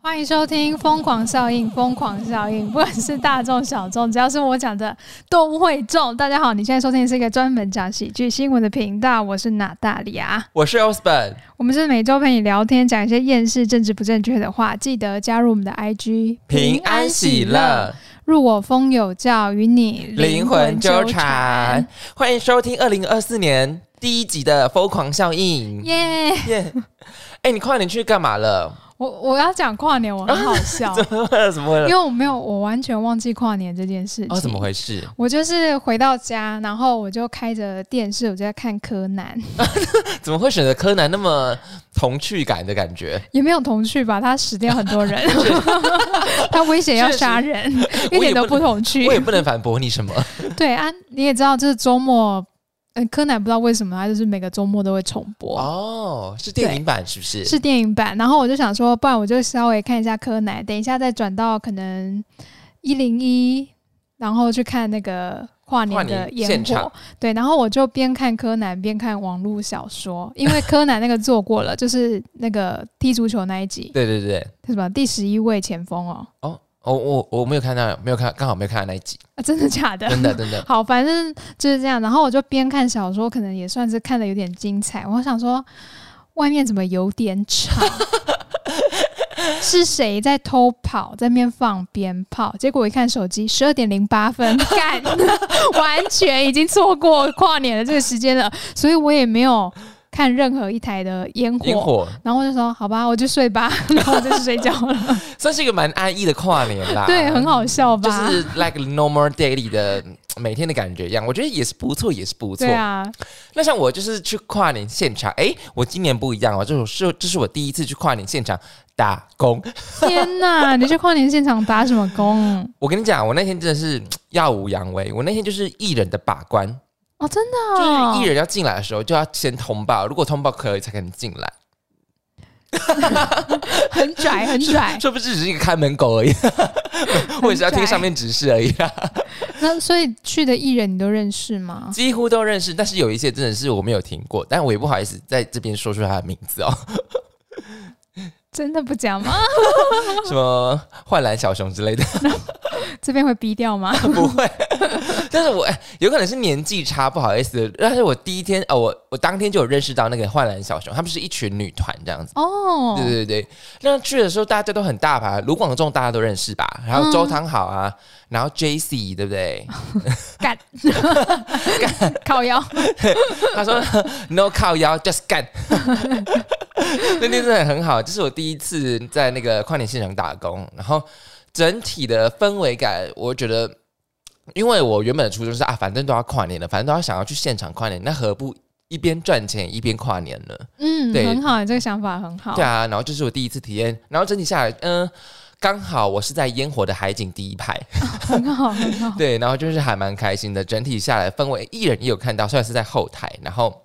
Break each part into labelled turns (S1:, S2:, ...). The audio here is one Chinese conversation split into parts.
S1: 欢迎收听《疯狂效应》，疯狂效应，不管是大众小众，只要是我讲的都会中。大家好，你现在收听的是一个专门讲喜剧新闻的频道，我是娜大里啊。
S2: 我是 Osborn，
S1: 我们是每周陪你聊天，讲一些厌世、政治不正确的话。记得加入我们的 IG，
S2: 平安喜乐，，
S1: 入我风有教，与你
S2: 灵魂纠缠。。欢迎收听二零二四年第一集的《疯狂效应》。
S1: 耶
S2: 耶！哎，你跨年去干嘛了？
S1: 我我要讲跨年，我很好 笑，
S2: 怎么
S1: 因
S2: 了？
S1: 为我没有，我完全忘记跨年这件事情。
S2: 哦，怎么回事？
S1: 我就是回到家，然后我就开着电视，我就在看柯南，
S2: 怎么会选择柯南那么童趣感的感觉？
S1: 也没有童趣吧？他死掉很多 人， 他威胁要杀人，一点都不童趣
S2: 我。也不能反驳你什么。
S1: 对啊，你也知道，就是周末，嗯，柯南不知道为什么他就是每个周末都会重播。
S2: 哦，是电影版是不是？
S1: 是电影版，然后我就想说，不然我就稍微看一下柯南，等一下再转到可能一零一，然后去看那个跨年
S2: 跨
S1: 的
S2: 年
S1: 烟
S2: 现
S1: 火
S2: 场。
S1: 对，然后我就边看柯南边看网络小说，因为柯南那个做过 了，就是那个踢足球那一集，
S2: 对对对。
S1: 是吧？第十一位前锋哦、
S2: 哦，哦，我我没有看到，没有看，刚好没有看到那一集，
S1: 啊，真的假的？
S2: 真的真的。
S1: 好，反正就是这样。然后我就边看小说，可能也算是看的有点精彩。我想说，外面怎么有点吵？ 是谁在偷跑，在那边放鞭炮？结果我一看手机，十二点零八分， 干，完全已经错过跨年的这个时间了，所以我也没有看任何一台的烟火。
S2: 烟火
S1: 然后 我就说好吧，我去睡吧，然后我就去睡觉 了。
S2: 算是一个蛮安逸的跨年啦，
S1: 对，很好笑吧？
S2: 就是 like normal daily 的每天的感觉一样，我觉得也是不错，也是不错。
S1: 对啊，
S2: 那像我就是去跨年现场，诶，我今年不一样哦，这是这是我第一次去跨年现场打工。
S1: 天哪！你去跨年现场打什么工？
S2: 我跟你讲，我那天真的是耀武扬威，我那天就是艺人的把关，
S1: 哦，真的、
S2: 就是艺
S1: 哦，
S2: 人要进来的时候就要先通报，如果通报可以才可能进来，
S1: 很 拽，很拽。
S2: 这不是只是一个看门狗而已， 我也是要听上面指示而已啊啦。
S1: 那所以去的艺人你都认识 吗？
S2: 几乎都认识，但是有一些真的是我没有听过，但我也不好意思在这边说出他的名字哦。
S1: 真的不讲 吗？
S2: 什么幻蓝小熊之类的，
S1: 这边会逼掉吗？
S2: 不会。 但是我哎有可能是年纪差，不好意思。但是我第一天哦，我我当天就有认识到那个幻蓝小熊，他们是一群女团这样子。
S1: 哦，
S2: 对对对，那去的时候大家都很大牌，卢广仲大家都认识吧，然后周汤好啊，然后 J C 对不对？
S1: 干 靠腰，
S2: 他说 No 靠腰，just 干。 那天真的很好，这是我第一次在那个跨年现场打工，然后整体的氛围感，我觉得，因为我原本的初衷是啊，反正都要跨年了，反正都要想要去现场跨年，那何不一边赚钱一边跨年呢？
S1: 嗯，
S2: 对
S1: 很好，你这个想法很好。
S2: 对啊，然后这是我第一次体验，然后整体下来，嗯、刚好我是在烟火的海景第一排，
S1: 很好，很好。
S2: 对，然后就是还蛮开心的。整体下来氛围，艺人也有看到，虽然是在后台，然后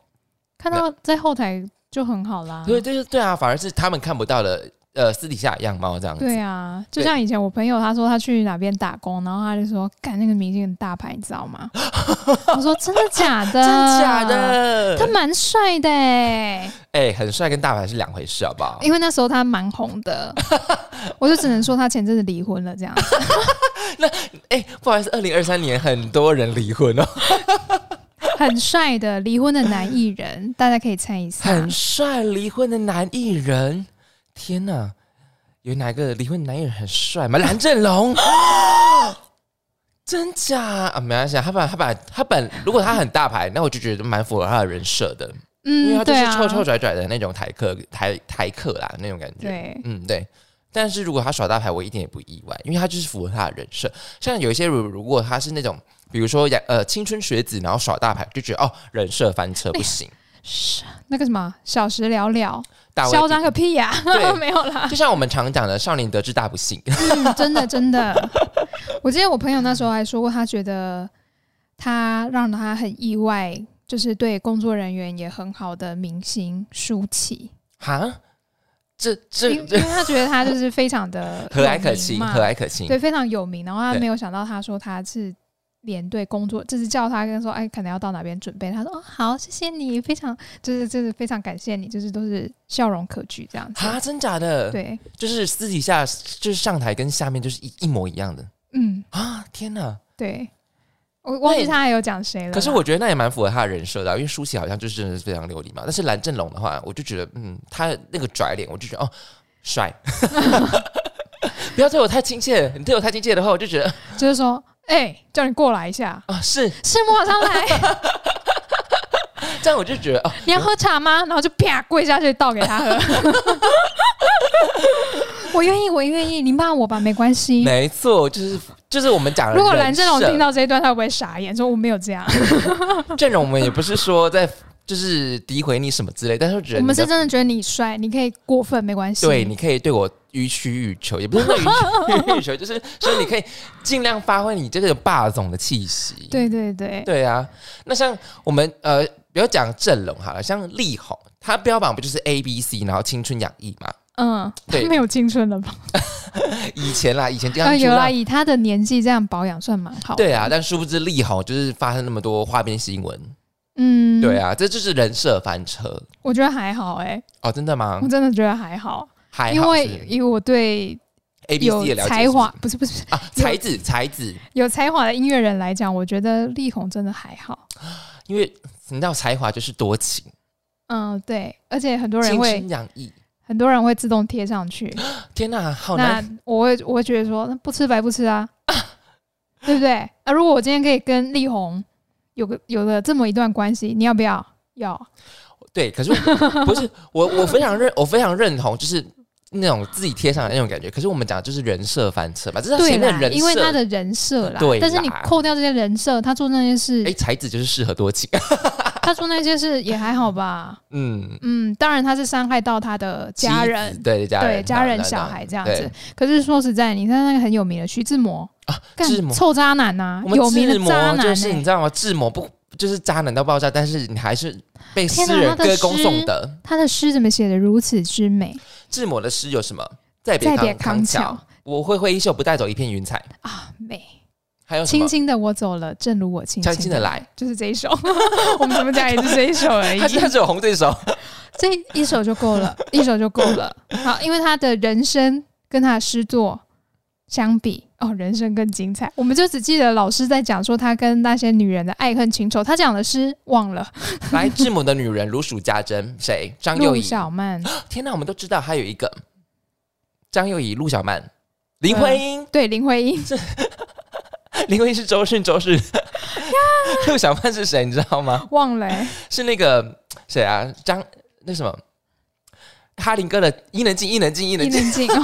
S1: 看到在后台就很好啦。
S2: 对对对啊，反而是他们看不到的，呃，私底下的样貌这样子。
S1: 对啊，就像以前我朋友他说他去哪边打工，然后他就说干那个明星很大牌，你知道 吗？我说真的假的？真
S2: 真假？的
S1: 他？蛮帅的哎、
S2: 哎、很帅跟大牌是两回事，好不好？
S1: 因为那时候他蛮红的， 我就只能说他前阵子离婚了这样。
S2: 哎、不好意思，二零二三年很多人离婚哦，
S1: 很帅的离婚的男艺人， 大家可以猜一下
S2: 很。帅离婚的男艺人，天哪，有哪个离婚男艺人很帅吗？蓝正 龙。真假啊？没关系啊，他把他把他本如果他很大牌，那我就觉得蛮符合他的人设的，因为
S1: 嗯，
S2: 他就
S1: 对
S2: 是
S1: 啊，
S2: 臭臭拽拽的那种台客台台客啦那种感觉。
S1: 对，
S2: 嗯，对。但是如果他耍大牌，我一点也不意外，因为他就是符合他的人设。像有一些如如果他是那种，比如说呃青春学子，然后耍大牌，就觉得哦人设翻车不行，
S1: 是那个什么小时了了，
S2: 大
S1: 嚣
S2: 卫
S1: 张个屁呀、
S2: 对
S1: 没有啦，
S2: 就像我们常讲的“少年得志大不幸
S1: 嗯真的真的。我记得我朋友那时候还说过，他觉得他让他很意外，就是对工作人员也很好的明星舒淇，”
S2: 哈，这
S1: 因
S2: 这
S1: 为因
S2: 这
S1: 为他觉得他就是非常的
S2: 和蔼
S1: 有
S2: 可
S1: 名
S2: 亲，
S1: 嘛
S2: 和蔼可亲。
S1: 对，非常有名。然后他
S2: 对
S1: 没有想到，他说他是连队工作，就是叫他跟说，哎，可能要到哪边准备。他说，哦，好，谢谢你，非常，就是就是非常感谢你，就是都是笑容可掬这样子。
S2: 啊，真假的？，
S1: 对，
S2: 就是私底下就是上台跟下面就是一一模一样的
S1: 嗯，
S2: 啊！天哪！
S1: 对，我忘记他还有讲谁了啦。
S2: 可是我觉得那也蛮符合他的人设的啊、因为舒淇好像就是真的是非常流利嘛。但是蓝正龙的话，我就觉得，嗯，他那个拽脸，我就觉得哦，帅。 不要对我太亲切，你对我太亲切的话，我就觉得
S1: 就是说，哎、叫你过来一下，
S2: 啊，是
S1: 是我马上 来，
S2: 这样，我就觉得哦，
S1: 你要喝茶吗？然后就啪跪下去倒给他喝。 我愿意，我愿意，你骂我吧，没关系。
S2: 没错，就是就是我们讲的人设。
S1: 如果蓝正龙听到这一段，他会不会傻眼？说我没有这样，
S2: 阵容，我们也不是说在就是诋毁你什么之类，但是人
S1: 我们是
S2: 的
S1: 真的觉得你帅，你可以过分没关系。
S2: 对，你可以对我予取予求，也不是说予取予求，就是 说你可以尽量发挥你这个霸总的气息。
S1: 对对对，
S2: 对啊，那像我们呃，不要讲阵容好了，像力宏，他标榜不就是 A B C，然后青春洋溢嘛？
S1: 嗯，他
S2: 对
S1: 没有青春 了吧？
S2: 以前啦，以前这样、
S1: 啊，有啦，
S2: 啦。
S1: 以他的年纪这样保养算蛮好。
S2: 对啊，，但殊不知力宏就是发生那么多花边新闻。
S1: 嗯，
S2: 对，啊，这就是人设翻车
S1: 我觉得还好哎、
S2: 哦，真的吗
S1: 我？真的觉得还好，
S2: 还
S1: 因
S2: 好
S1: 为
S2: 是
S1: 以我对
S2: A B
S1: 有
S2: C 的了解
S1: 才
S2: 是
S1: 华，不是不是
S2: 啊，才子才子，
S1: 有才华的音乐人来讲，我觉得力宏真的还好。
S2: 因为你知道才华就是多情，
S1: 嗯，对，而且很多人
S2: 青
S1: 会
S2: 春洋溢。
S1: 很多人会自动贴上去。
S2: 天哪、好
S1: 那
S2: 难！
S1: 我会我会觉得说，那不吃白不吃啊， 对不对？啊，如果我今天可以跟力宏有个有了这么一段关系，你要不要？要，
S2: 对，可是我不是我，我非常认，我非常认同，就是那种自己贴上来那种感觉。可是我们讲的就是人设翻车吧，这是他
S1: 对
S2: 前面
S1: 啦
S2: 的，人设。
S1: 因为他的人设啦，
S2: 对啦
S1: 但是你扣掉这些人设，他做那些事，
S2: 哎，才子就是适合多情。啊
S1: 他做那些事也还好吧。
S2: 嗯，
S1: 嗯，当然他是伤害到他的家
S2: 妻
S1: 人
S2: 子，对家
S1: 对
S2: 人
S1: 家人、
S2: 当然
S1: 小孩这样
S2: 当
S1: 子
S2: 然。
S1: 可是说实在，你看那个很有名的徐志摩
S2: 啊，
S1: 干
S2: 志摩
S1: 臭渣男呐、
S2: 我
S1: 有
S2: 们
S1: 名的
S2: 志
S1: 渣
S2: 摩
S1: 男、
S2: 就是你
S1: 欸。
S2: 知道吗？志摩不就是渣男到爆炸，但是你还是被
S1: 天
S2: 诗
S1: 哪
S2: 人
S1: 他的
S2: 歌功
S1: 诗
S2: 颂德。
S1: 他的诗怎么写的如此之美
S2: 志摩的诗有什么？再
S1: 再
S2: 别
S1: 别
S2: 康
S1: 康
S2: 康
S1: 桥
S2: 桥，我挥挥衣袖，不带走一片云彩。
S1: 啊？美，
S2: 还有什么
S1: 轻？轻的我走了，正如我轻
S2: 轻
S1: 轻
S2: 轻
S1: 的哎
S2: 的，来，
S1: 就是这一首。 我们怎么讲也是这一首 而已
S2: 他，他只有红这首。
S1: 这一首就够了，一首就够 了。好，因为他的人生跟他的诗作相比，哦，人生更精彩。我们就只记得老师在讲说他跟那些女人的爱恨情仇，他讲的诗忘了。
S2: 来，志摩的女人如数家珍，谁？张幼
S1: 陆
S2: 仪。
S1: 小 曼，
S2: 天哪，我们都知道还有一个张幼仪、陆小曼、林徽因。
S1: 对林徽因，嗯
S2: 林徽因是周迅，周迅。陆小曼是谁？你知道吗？
S1: 忘 了、欸，
S2: 是那个谁啊？张那什么？哈林哥的《伊能静》，伊能静，伊
S1: 伊
S2: 能静，
S1: 能 静，哦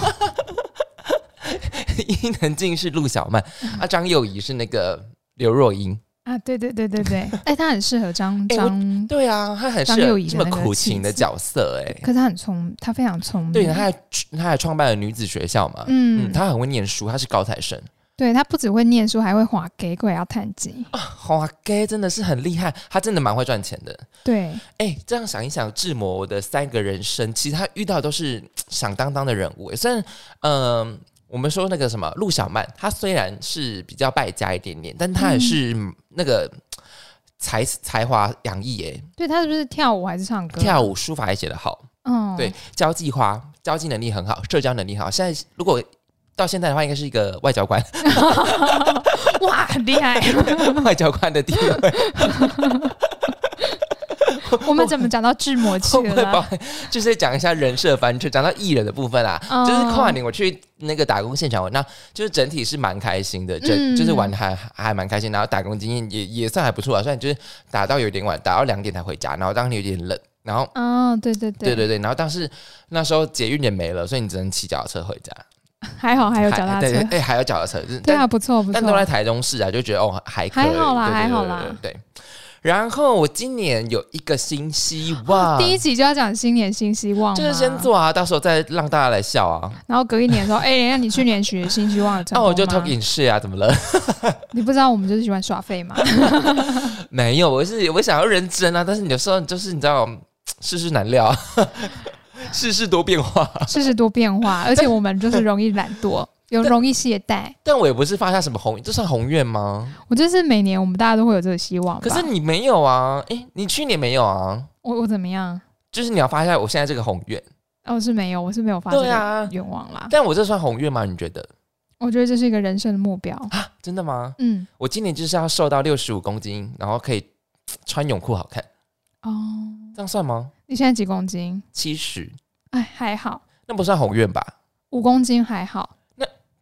S2: 伊能静是陆小曼
S1: 嗯
S2: 啊，张幼仪是那个刘若英。
S1: 啊，对对对对对，哎、他很适合张
S2: 哎我
S1: 张，
S2: 对啊，她很适
S1: 张
S2: 合
S1: 幼仪的
S2: 这么
S1: 那个
S2: 苦
S1: 妻
S2: 情的
S1: 子
S2: 角色哎、
S1: 可是他很聪，他非常聪明，
S2: 对，她还她还创办了女子学校嘛。
S1: 嗯
S2: 嗯，她很会念书，她是高材生。
S1: 对他不只会念书，还会划给鬼要探机，
S2: 华哥真的是很厉害，他真的蛮会赚钱的。
S1: 对，
S2: 哎、这样想一想，志摩我的三个人生，其实他遇到都是嘖响当当的人物。虽然，嗯、我们说那个什么陆小曼，她虽然是比较败家一点点，但她也是嗯那个嘖才才华洋溢，哎，
S1: 对他是不是跳舞还是唱歌？
S2: 跳舞、书法也写得好，
S1: 嗯，
S2: 对，交际花，交际能力很好，社交能力好。现在如果到现在的话，应该是一个外交官，
S1: 哇，很厉 害。
S2: 外交官的地位。
S1: 我们怎么讲到志摩去
S2: 会不 会
S1: 了
S2: 帮
S1: 啦？
S2: 就是讲一下人设翻车，讲到艺人的部分啦、啊
S1: 嗯
S2: 就是跨年我去那个打工现场玩，那就是整体是蛮开心的，整、
S1: 嗯
S2: 就是玩得还还蛮开心，然后打工经验也也算还不错啊，虽然就是打到有点晚，打到两点才回家，然后当天有点冷，然后
S1: 哦，对对对
S2: 对对对，然后但是那时候捷运也没了，所以你只能骑脚踏车回家，
S1: 还好还有脚踏车
S2: 对，对，哎、还有脚踏车，就是
S1: 对啊，
S2: 但
S1: 不错不
S2: 但都在
S1: 错。
S2: 台中市啊，就觉得哦还可以，
S1: 还好啦
S2: 对对对
S1: 还好
S2: 对
S1: 啦
S2: 对对对。然后我今年有一个新希
S1: 哦
S2: 望，
S1: 第一哦集就要讲新年新希望，
S2: 就是先，做啊，到时候再让大家来笑啊。
S1: 然后隔一年说，哎，人家你去年许的新希望有成
S2: 那
S1: 功吗
S2: 我就投影视啊，怎么了？
S1: 你不知道我们就是喜欢耍废嘛？
S2: 没有，我是我想要认真啊，但是有时候就是你知道，世事难料， 世事多变化。
S1: 世事多变化，而且我们就是容易懒惰，有容易懈怠。
S2: 但我也不是发下什么宏，这算宏愿吗？
S1: 我就是每年我们大家都会有这个希望吧。
S2: 可是你没有啊，诶，你去年没有啊，
S1: 我我怎么样？
S2: 就是你要发下我现在这个宏愿。
S1: 哦，我是没有，我是没有发这
S2: 对
S1: 个
S2: 啊，
S1: 愿望啦。
S2: 但我这算宏愿吗？你觉得？
S1: 我觉得这是一个人生的目标。
S2: 真的吗？
S1: 嗯，
S2: 我今年就是要瘦到六十五公斤，然后可以嘖穿泳裤好看，
S1: 哦，
S2: 这样算吗？
S1: 你现在几公斤？
S2: 七十，
S1: 哎，还好，
S2: 那不算宏愿吧？
S1: 五公斤还 好，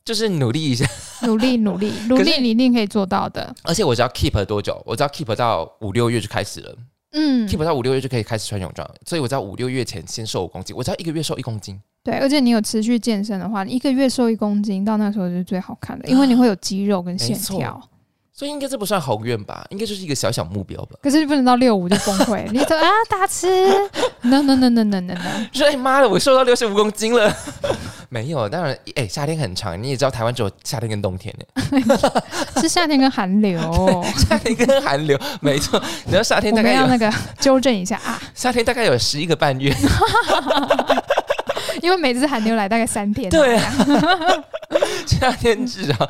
S2: 就是努力一下，
S1: 努力努力努力，你一定可以做到的。
S2: 而且我只要 keep 多久？我只要 keep 到五六月就开始了、
S1: 嗯
S2: k e e，p 到五六月就可以开始穿泳装，所以我在五六月前先瘦五公斤，我只要一个月瘦一公斤，
S1: 对，而且你有持续健身的话，你一个月瘦一公斤，到那时候就是最好看的，因为
S2: 啊
S1: 你会有肌肉跟线条。
S2: 所以应该这不算宏愿吧？应该就是一个小小目标吧。
S1: 可是你不能到六五就崩溃，你说啊大吃，no no no no no no no，
S2: 就是哎妈的，我瘦到六十五公斤了， 没有，当然哎、夏天很长，你也知道台湾只有夏天跟冬天呢，
S1: 是夏天跟寒流，
S2: 夏天跟寒流，没错，你知道夏天
S1: 我
S2: 大
S1: 们
S2: 概
S1: 要
S2: 有
S1: 那个纠正一下啊，
S2: 夏天大概有十一个半 月，
S1: 因为每次寒流来大概三天，
S2: 对啊， 夏天至少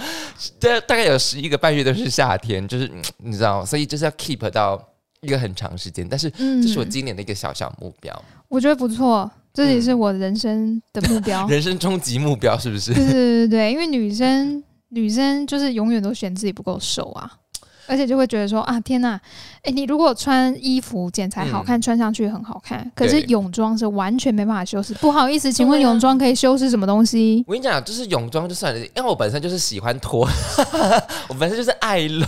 S2: 这大概有十一个半月都是夏天，就是嗯你知道，所以就是要 keep 到一个很长时间。但是
S1: 嗯
S2: 这是我今年的一个小小目标，
S1: 我觉得不错，这也是我人生的目标。
S2: 嗯 人生终极目标是不是？
S1: 对对对对对，因为女生女生就是永远都嫌自己不够瘦啊，而且就会觉得说啊天呐，哎你如果穿衣服剪裁好
S2: 嗯
S1: 看，穿上去很好看，可是
S2: 对
S1: 泳装是完全没办法修饰。不好意思，请
S2: 对
S1: 问
S2: 啊
S1: 泳装可以修饰什么东西？
S2: 我跟你讲，就是泳装就算了，因为我本身就是喜欢脱， 我本身就是爱 露。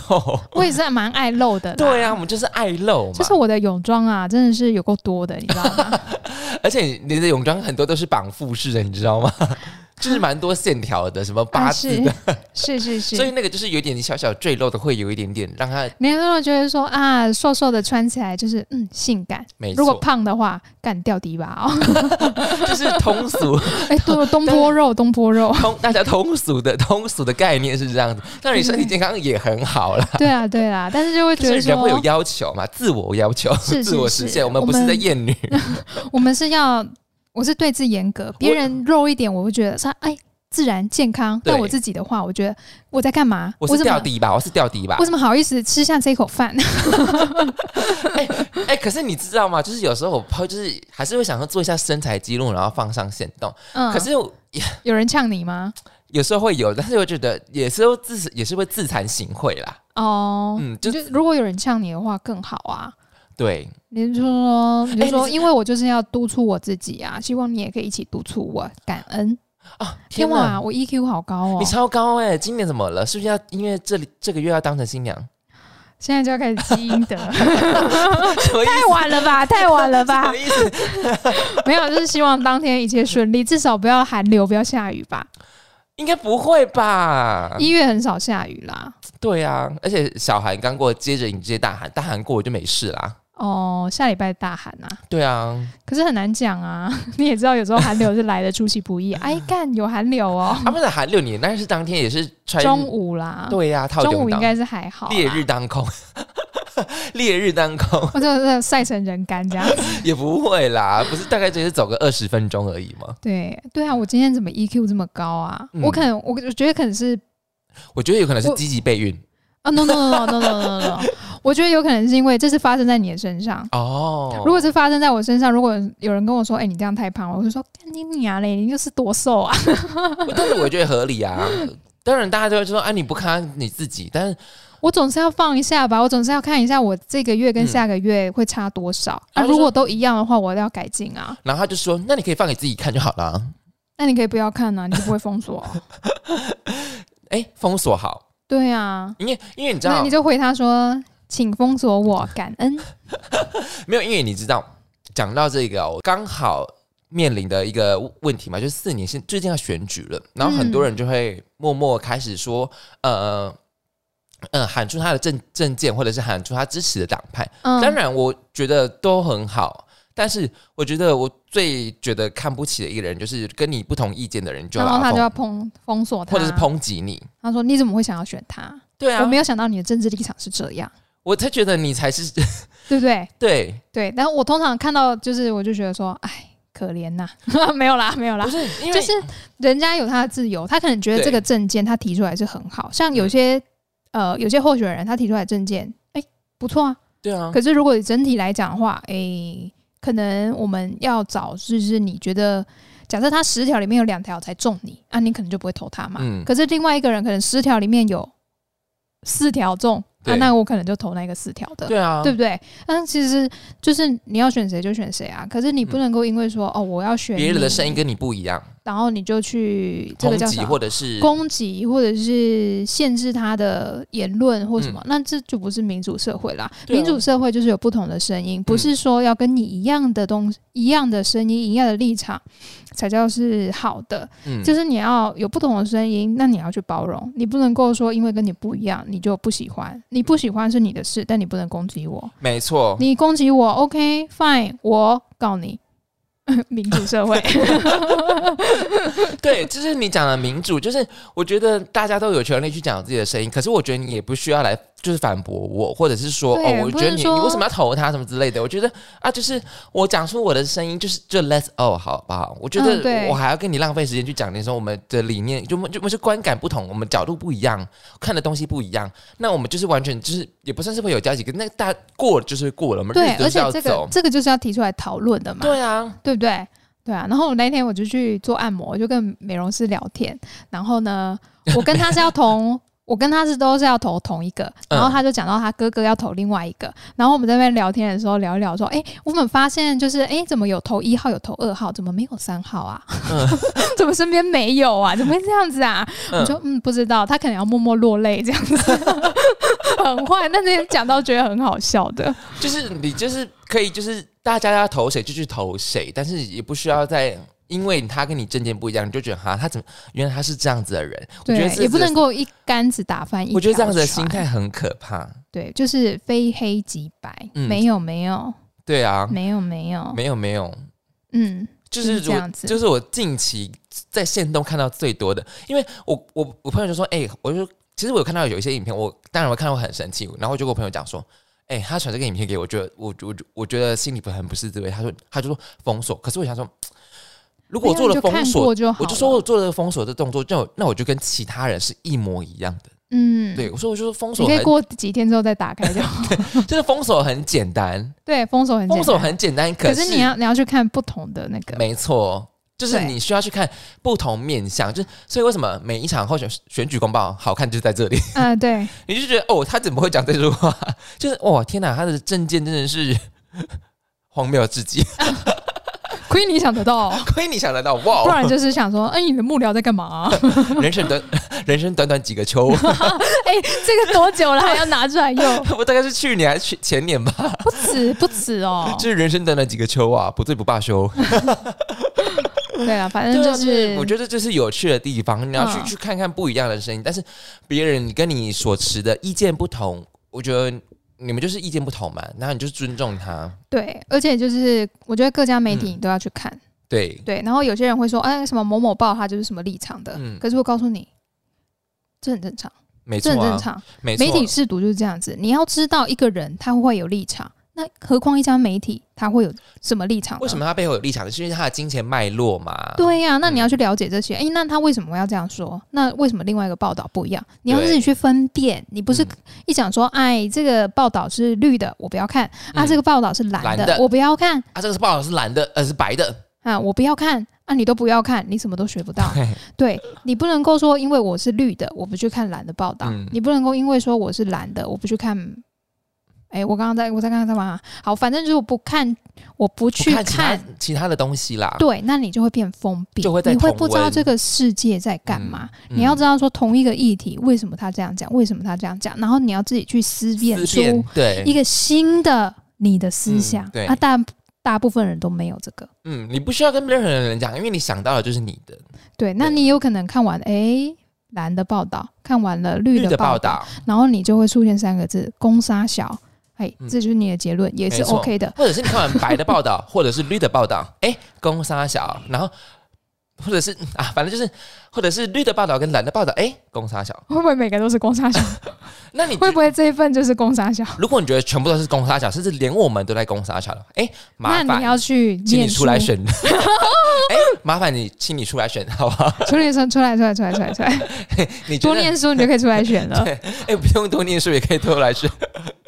S1: 我也是蛮爱露的，
S2: 对。啊，我们就是爱露嘛。
S1: 就是我的泳装啊，真的是有够多的，你知道吗？
S2: 而且你的泳装很多都是绑腹式的，你知道吗？ 就是蛮多线条的，什么 八
S1: 啊
S2: 字
S1: 是
S2: 的，
S1: 是是是，
S2: 所以那个就是有点小小坠落的，会有一点点让它
S1: 你有没有觉得说啊，瘦瘦的穿起来就是嗯性感，
S2: 没错。
S1: 如果胖的话，干掉低吧哦。
S2: 就是通俗，
S1: 哎、对，东坡肉，东坡肉
S2: 通大家通俗的通俗的概念是这样子，让你身体健康也很好啦。
S1: 对啊，对啊，但是就会觉
S2: 就是
S1: 得
S2: 人会有
S1: 说，
S2: 要求嘛，自我要求，
S1: 是是
S2: 自我实
S1: 是
S2: 现。我们不是在厌女，
S1: 我们是要，我是对自己严格，别人肉一点，我会觉得说，哎，自然健康。
S2: 对
S1: 但我自己的话，我觉得我在干嘛？
S2: 我
S1: 我
S2: 是
S1: 怎
S2: 掉
S1: 么？
S2: 低吧，我是掉低吧
S1: 我。怎么好意思吃下这口饭？
S2: 哎、可是你知道吗？就是有时候我抛，就是还是会想要做一下身材记录，然后放上线动。
S1: 嗯，
S2: 可是我
S1: 有人呛你吗？
S2: 有时候会有，但是我觉得也是会自也是会自惭形秽啦。
S1: 哦，
S2: 嗯
S1: 就
S2: 就
S1: 如果有人呛你的话，更好啊。
S2: 对，
S1: 你就说，你就
S2: 哎
S1: 说，
S2: 你
S1: 因为我就是要督促我自己啊，希望你也可以一起督促我，感恩。
S2: 啊，
S1: 天
S2: 天
S1: 啊，
S2: 哪！
S1: 我 EQ 好高哦
S2: 你！超高哎、今年怎么了？是不是要因为这里这个月要当成新娘？
S1: 现在就要开始积阴 德，
S2: 什么意
S1: 太晚了吧，太晚了吧
S2: 什么！意思？
S1: 没有，就是希望当天一切顺利，至少不要寒流，不要下雨吧。
S2: 应该不会吧？
S1: 一月很少下雨啦。
S2: 对啊，而且小韩刚过，接着你直接大喊，大喊过我就没事啦。
S1: 哦，下礼拜大寒啊，
S2: 对啊，
S1: 可是很难讲啊。 你也知道，有时候寒流是来的出其不意。 哎，干有寒流哦，
S2: 啊不是韩六年，但是当天也是穿
S1: 中午啦，
S2: 对呀、套
S1: 中
S2: 泳
S1: 午应
S2: 当
S1: 该是哦还好啊啦。
S2: 烈日当空， 烈日当空
S1: 我真的晒成人干这样子。
S2: 也不会啦，不是大概只是走个二十分钟而已吗？
S1: 对对啊，我今天怎么 EQ 这么高啊？
S2: 嗯
S1: 我可能我我觉得可能是
S2: 我觉得有可能是
S1: 我
S2: 积极备孕
S1: 啊、no no no no no no no，no 我觉得有可能是因为这是发生在你的身上。
S2: 哦。
S1: 如果是发生在我身上，如果有人跟我说：“哎、你这样太胖了”，我就说：“干你娘嘞，你就是多瘦啊
S2: 但是我觉得合理啊。当然，大家就会说啊，你不看你自己，但是！”
S1: 我总是要放一下吧，我总是要看一下我这个月跟
S2: 嗯
S1: 下个月会差多少。那、
S2: 然后就
S1: 如
S2: 说
S1: 果都一样的话，我要改进啊。
S2: 然后他就说，那你可以放给自己看就好了啊。
S1: 那你可以不要看啊，你就不会封锁、
S2: 哎，封锁好，
S1: 对啊，
S2: 因为因为你知
S1: 那
S2: 道
S1: 你，就回他说：“请封锁我，感恩。
S2: 没有，因为你知道，讲到这个哦，我刚好面临的一个问题嘛，就是四年现最近要选举了，然后很多人就会默默开始说，呃。呃，喊出他的政政见，或者是喊出他支持的党派。”
S1: 嗯，
S2: 当然，我觉得都很好，但是我觉得我最觉得看不起的一个人，就是跟你不同意见的人，就
S1: 然后
S2: 把
S1: 他就
S2: 封
S1: 要封封锁他，
S2: 或者是抨击你。
S1: 他说：“你怎么会想要选他？
S2: 对啊
S1: 我，没有想到你的政治立场是这样，
S2: 我才觉得你才是
S1: 对不对？
S2: 对。
S1: 对。但我通常看到就是，我就觉得说，哎，可怜呐、 没有啦，没有啦
S2: 不，是因为
S1: 就是人家有他的自由，他可能觉得
S2: 对
S1: 这个证件他提出来是很好，像有些、呃有些候选人他提出来证件，哎、不错啊。
S2: 对啊，
S1: 可是如果整体来讲的话，哎、可能我们要找就是你觉得，假设他十条里面有两条才中你，啊，你可能就不会投他嘛。
S2: 嗯
S1: 可是另外一个人可能十条里面有四条中，啊，
S2: 对
S1: 那我可能就投那个四条的。
S2: 对啊，
S1: 对不对？但其实就是你要选谁就选谁啊，可是你不
S2: 嗯
S1: 能够因为说、哦，我要选
S2: 别人的
S1: 你
S2: 声音跟你不一样，
S1: 然后你就去这
S2: 抨
S1: 个叫什
S2: 击
S1: 么
S2: 或者是
S1: 攻击，或者是限制他的言论或什么，
S2: 嗯
S1: 那这就不是民主社会啦。
S2: 对啊嗯
S1: 民主社会就是有不同的声音，不是说要跟你一样的东西、一样的声音、一样的立场才叫是好的，
S2: 嗯
S1: 就是你要有不同的声音，那你要去包容，你不能够说因为跟你不一样你就不喜欢，你不喜欢是你的事，但你不能攻击我。
S2: 没错，
S1: 你攻击我，OK fine，我告你。 民主社会，
S2: 对，就是你讲的民主，就是我觉得大家都有权利去讲自己的声音，可是我觉得你也不需要来就是反驳我，或者是说
S1: 对
S2: 哦，我
S1: 不
S2: 觉得
S1: 能
S2: 你
S1: 说
S2: 你为什么要投他什么之类的。我觉得啊，就是我讲出我的声音，就是就 let's all 好不好？我觉
S1: 嗯对
S2: 得我还要跟你浪费时间去讲你说我们的理念，就我们就我们是观感不同，我们角度不一样，看的东西不一样，那我们就是完全就是也不算是会有交集，跟那大过了就是过了，我们
S1: 对
S2: 日，子
S1: 而
S2: 就是
S1: 且
S2: 要
S1: 这个
S2: 走。
S1: 这个就是要提出来讨论的嘛，
S2: 对啊，
S1: 对不对？对啊。然后那一天我就去做按摩，我就跟美容师聊天，然后 呢，我跟他是要同。我跟他是都是要投同一个，
S2: 嗯
S1: 然后他就讲到他哥哥要投另外一个，然后我们在那边聊天的时候聊一聊说，哎、我们发现就是，哎、怎么有投一号有投二号，怎么没有三号啊？ 怎么身边没有啊？怎么会这样子啊？
S2: 嗯
S1: 我就嗯不知道，他可能要默默落泪这样子， 很坏。但那天讲到觉得很好笑的，
S2: 就是你就是可以就是大家要投谁就去投谁，但是也不需要再因为他跟你政见不一样，你就觉得哈他怎么原来他是这样子的人，我觉
S1: 对
S2: 得，这
S1: 也不能
S2: 够，
S1: 够一竿子打翻一
S2: 我觉得这样子的
S1: 条
S2: 心
S1: 船
S2: 态很可怕。
S1: 对，就是非黑即白，
S2: 嗯
S1: 没有没有
S2: 对啊，
S1: 没有没有，
S2: 没有没有，
S1: 嗯，
S2: 就是
S1: 是这
S2: 我
S1: 样子
S2: 就是我近期在线东看到最多的，因为我我我朋友就说，哎、我就其实我有看到有一些影片，我当然我看到我很生气，然后我就跟我朋友讲说。哎、他传这个影片给我，我觉得我我我觉得心里很不是滋味。他说，他就说封锁，可是我想说，如果我做了
S1: 没有
S2: 封
S1: 哎你就看
S2: 锁
S1: 过就好
S2: 我就说我做了封锁的动作，那我那我就跟其他人是一模一样的。
S1: 嗯，
S2: 对，我说我就说封
S1: 你
S2: 锁
S1: 可以
S2: 很，
S1: 过几天之后再打开就好。
S2: 就是封锁很简单，
S1: 对，封锁很简
S2: 封锁
S1: 单
S2: 很简单，
S1: 可
S2: 是
S1: 你要你要去看不同的那个，
S2: 没错，就是
S1: 对
S2: 你需要去看不同面向，就是所以为什么每一场候选选举公报好看就是在这里，
S1: 啊，对，
S2: 你就觉得哦，他怎么会讲这句话？就是哇，天哪，他的证件真的是荒谬至极，
S1: 亏你想得到，
S2: 亏你想得到
S1: 不
S2: 哇！
S1: 然就是想说，哎，你的幕僚在干 嘛？
S2: 人生短人生短短几个秋，
S1: 哎，这个多久了还要拿出来用？
S2: 我大概是去年还是去前年吧，
S1: 不止不止哦。
S2: 就是人生短短几个秋啊，不醉不罢休。
S1: 对了，反正嗯
S2: 对
S1: 就
S2: 啊
S1: 是
S2: 我觉得这是有趣的地方，你要去、
S1: 嗯
S2: 去看看不一样的声音，但是别人跟你所持的意见不同，我觉得你们就是意见不同嘛，然后你就尊重他，
S1: 对，而且就是我觉得各家媒
S2: 嗯
S1: 体你都要去看。
S2: 对，
S1: 对，然后有些人会说，哎，什么某某报他就是什么立场的，
S2: 嗯
S1: 可是我告诉你，这很正常，
S2: 没错、
S1: 这
S2: 啊，
S1: 很正常。
S2: 没错，啊
S1: 媒体试读就是这样子，你要知道一个人他会有立场，那何况一家媒体他会有什么立场？
S2: 为什？么他背后有立场？是因为他的金钱脉络嘛？
S1: 对呀、那你要去了解这些。诶，那他为什么要这样说？那为什么另外一个报道不一样？你要自己去分辨。你不是
S2: 嗯
S1: 一讲说，哎，这个报道是绿的，我不要看；啊，
S2: 嗯
S1: 这个报道是蓝的，
S2: 蓝的
S1: 我不要看；
S2: 啊，这个是报道是蓝的，呃，是白的，
S1: 啊，我不要看；啊，你都不要看，你什么都学不 到。对你不能够说，因为我是绿的，我不去看蓝的报道；
S2: 嗯
S1: 你不能够因为说我是蓝的，我不去看。哎、我刚刚在我在刚刚在干嘛？好，反正就是我不看，我不去
S2: 不
S1: 看，
S2: 其他其他的东西啦。
S1: 对，那你就会变封闭，
S2: 就会在
S1: 你会
S2: 同
S1: 不知道
S2: 温
S1: 这个世界在干嘛。
S2: 嗯
S1: 你要知道说同一个议题，为什么他这样讲，为什么他这样讲，然后你要自己去思辨
S2: 思
S1: 出
S2: 辨对
S1: 一，个新的你的思
S2: 嗯
S1: 想。
S2: 对
S1: 啊，但大部分人都没有这个。
S2: 嗯，你不需要跟任何人讲，因为你想到的就是你的
S1: 对，那
S2: 对
S1: 你有可能看完诶蓝的报道，看完了绿
S2: 绿的
S1: 报
S2: 报
S1: 道，
S2: 道，
S1: 然后你就会出现三个字“攻杀小”，哎，
S2: 嗯
S1: 这就是你的结论，也是
S2: 没错
S1: OK 的。
S2: 或者是你看完白的报道，或者是绿的报道，哎、公杀小，然后或者是啊，反正就是，或者是绿的报道跟蓝的报道，哎，公差小。
S1: 会不会每个都是公差 小？
S2: 那你
S1: 会不会这一份就是公差小？
S2: 如果你觉得全部都是公差小，甚至连我们都在公差小了，哎，麻
S1: 那
S2: 烦
S1: 你要去
S2: 请
S1: 念
S2: 你
S1: 书
S2: 出来，选。 哎，麻烦你，请你出来选，好不 好？
S1: 出来出来出来出来出来出来，
S2: 你觉
S1: 多
S2: 得
S1: 念书你就可以出来选了。
S2: 哎，不用多念书也可以多来选，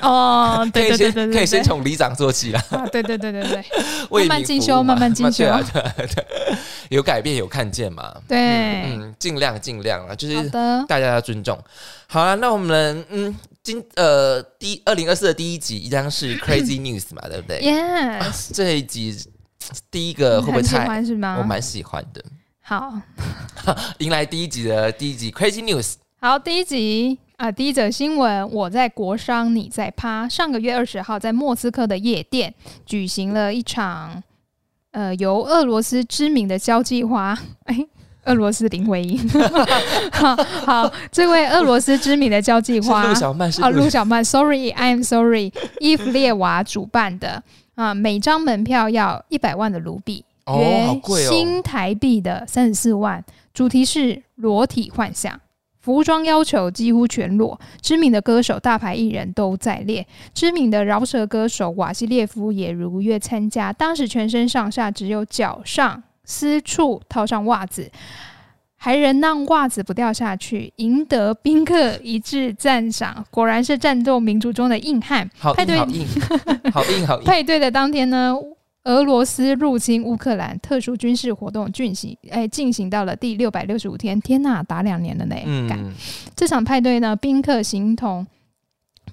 S1: 哦，
S2: 可
S1: 对
S2: 以
S1: 对对对
S2: 先
S1: 对，
S2: 可以先
S1: 对
S2: 从里长做起啦，
S1: 啊，对对对对对
S2: 为
S1: 慢慢
S2: 民
S1: 进
S2: 服
S1: 修
S2: 务嘛
S1: 慢慢进
S2: 嘛 对啊
S1: 修
S2: 对啊对啊有改变有看见嘛？
S1: 对，
S2: 嗯，尽量尽量啦，就
S1: 好
S2: 嗯是
S1: 的，
S2: 大家要尊重。好了，那我们嗯，今呃第二零二四的第一集一 样是 Crazy News 嘛，对不对？
S1: yes，
S2: 这一集第一个会不会
S1: 很喜
S2: 太？
S1: 欢是
S2: 我
S1: 吗？
S2: 蛮喜欢的，
S1: 好
S2: 迎来第一集的第一集 Crazy News。
S1: 好，第一集。啊、第一则新闻，我在国商，你在趴。上个月二十号，在莫斯科的夜店举行了一场，呃，由俄罗斯知名的交际花， 哎，俄罗斯林徽因， 好好，这位俄罗斯知名的交际
S2: 是
S1: 花，
S2: 陆小曼是
S1: 哦，陆
S2: 陆
S1: 小曼，sorry，I am sorry，伊夫列娃主办的啊、每张门票要一百万的卢比，
S2: 哦，好贵
S1: 约
S2: 哦，
S1: 新台币的三十四万。主题是裸体幻想，服装要求几乎全裸，知名的歌手、大牌艺人都在列，知名的饶舌歌手瓦西列夫也如约参加。当时全身上下只有脚上私处套上袜子。还能让袜子不掉下去，赢得宾客一致赞赏。果然是战斗民族中的硬汉。
S2: 好
S1: 派对
S2: 硬好 硬，好硬好硬。
S1: 派对的当天呢，俄罗斯入侵乌克兰，特殊军事活动进行，哎，进行到了第六百六十五天，天呐，打两年了呢！干
S2: 嗯，
S1: 这场派对呢，宾客形同。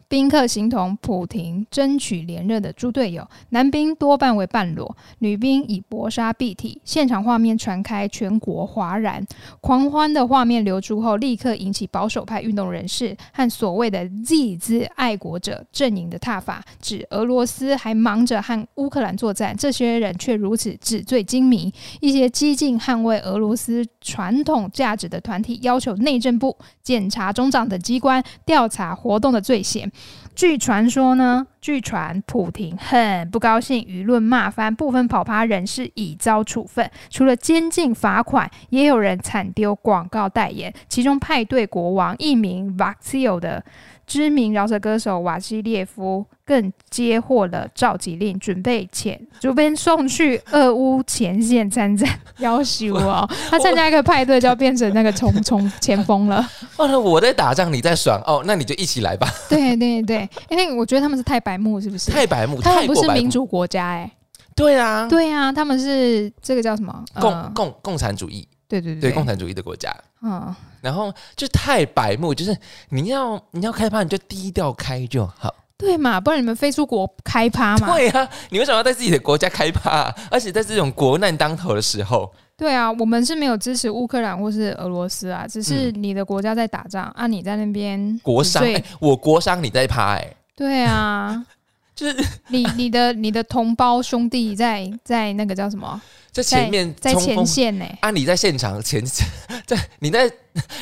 S1: 宾客形同普廷争取连任的猪队友，男兵多半为半裸，女兵以薄纱蔽体。现场画面传开，全国哗然。狂欢的画面流出后，立刻引起保守派运动人士和所谓的 Z 字爱国者阵营的挞伐，指俄罗斯还忙着和乌克兰作战，这些人却如此纸醉金迷。一些激进捍卫俄罗斯传统价值的团体要求内政部、检察总长等机关调查活动的罪嫌。据传说呢，据传普廷很不高兴，舆论骂翻，部分跑趴人士已遭处分，除了监禁、罚款，也有人惨丢广告代言。其中，派对国王一名 Vaxio 的知名饶舌歌手瓦西列夫更接获了召集令，准备遣准备送去俄乌前线参战。 要求哦，他参加一个派对就要变成那个冲冲前锋了。
S2: 哦，那我在打仗，你在爽哦，那你就一起来吧。
S1: 对对对，因为我觉得他们是太白目，是不是？
S2: 太白目，
S1: 他
S2: 太
S1: 们不
S2: 过
S1: 是
S2: 白
S1: 民
S2: 目。
S1: 主国家哎、
S2: 对啊，
S1: 对啊，他们是这个叫什么？呃
S2: 共共共产主义，
S1: 对对
S2: 对
S1: 对，
S2: 共产主义的国家。
S1: 嗯，
S2: 然后就太白目，就是你要你要开趴，你就低调开就好。
S1: 对嘛，不然你们飞出国开趴嘛？
S2: 对啊，你为什么要在自己的国家开趴啊、而且在这种国难当头的时候，
S1: 对啊，我们是没有支持乌克兰或是俄罗斯啊，只是你的国家在打仗、啊，你在那边
S2: 国商，
S1: 对
S2: 哎我国商你在趴、哎，
S1: 对啊，
S2: 就是
S1: 你你的你的同胞兄弟在在那个叫什么，
S2: 在前面
S1: 在
S2: 冲
S1: 前
S2: 锋。
S1: 线呢、
S2: 啊！你在现场前， 在你在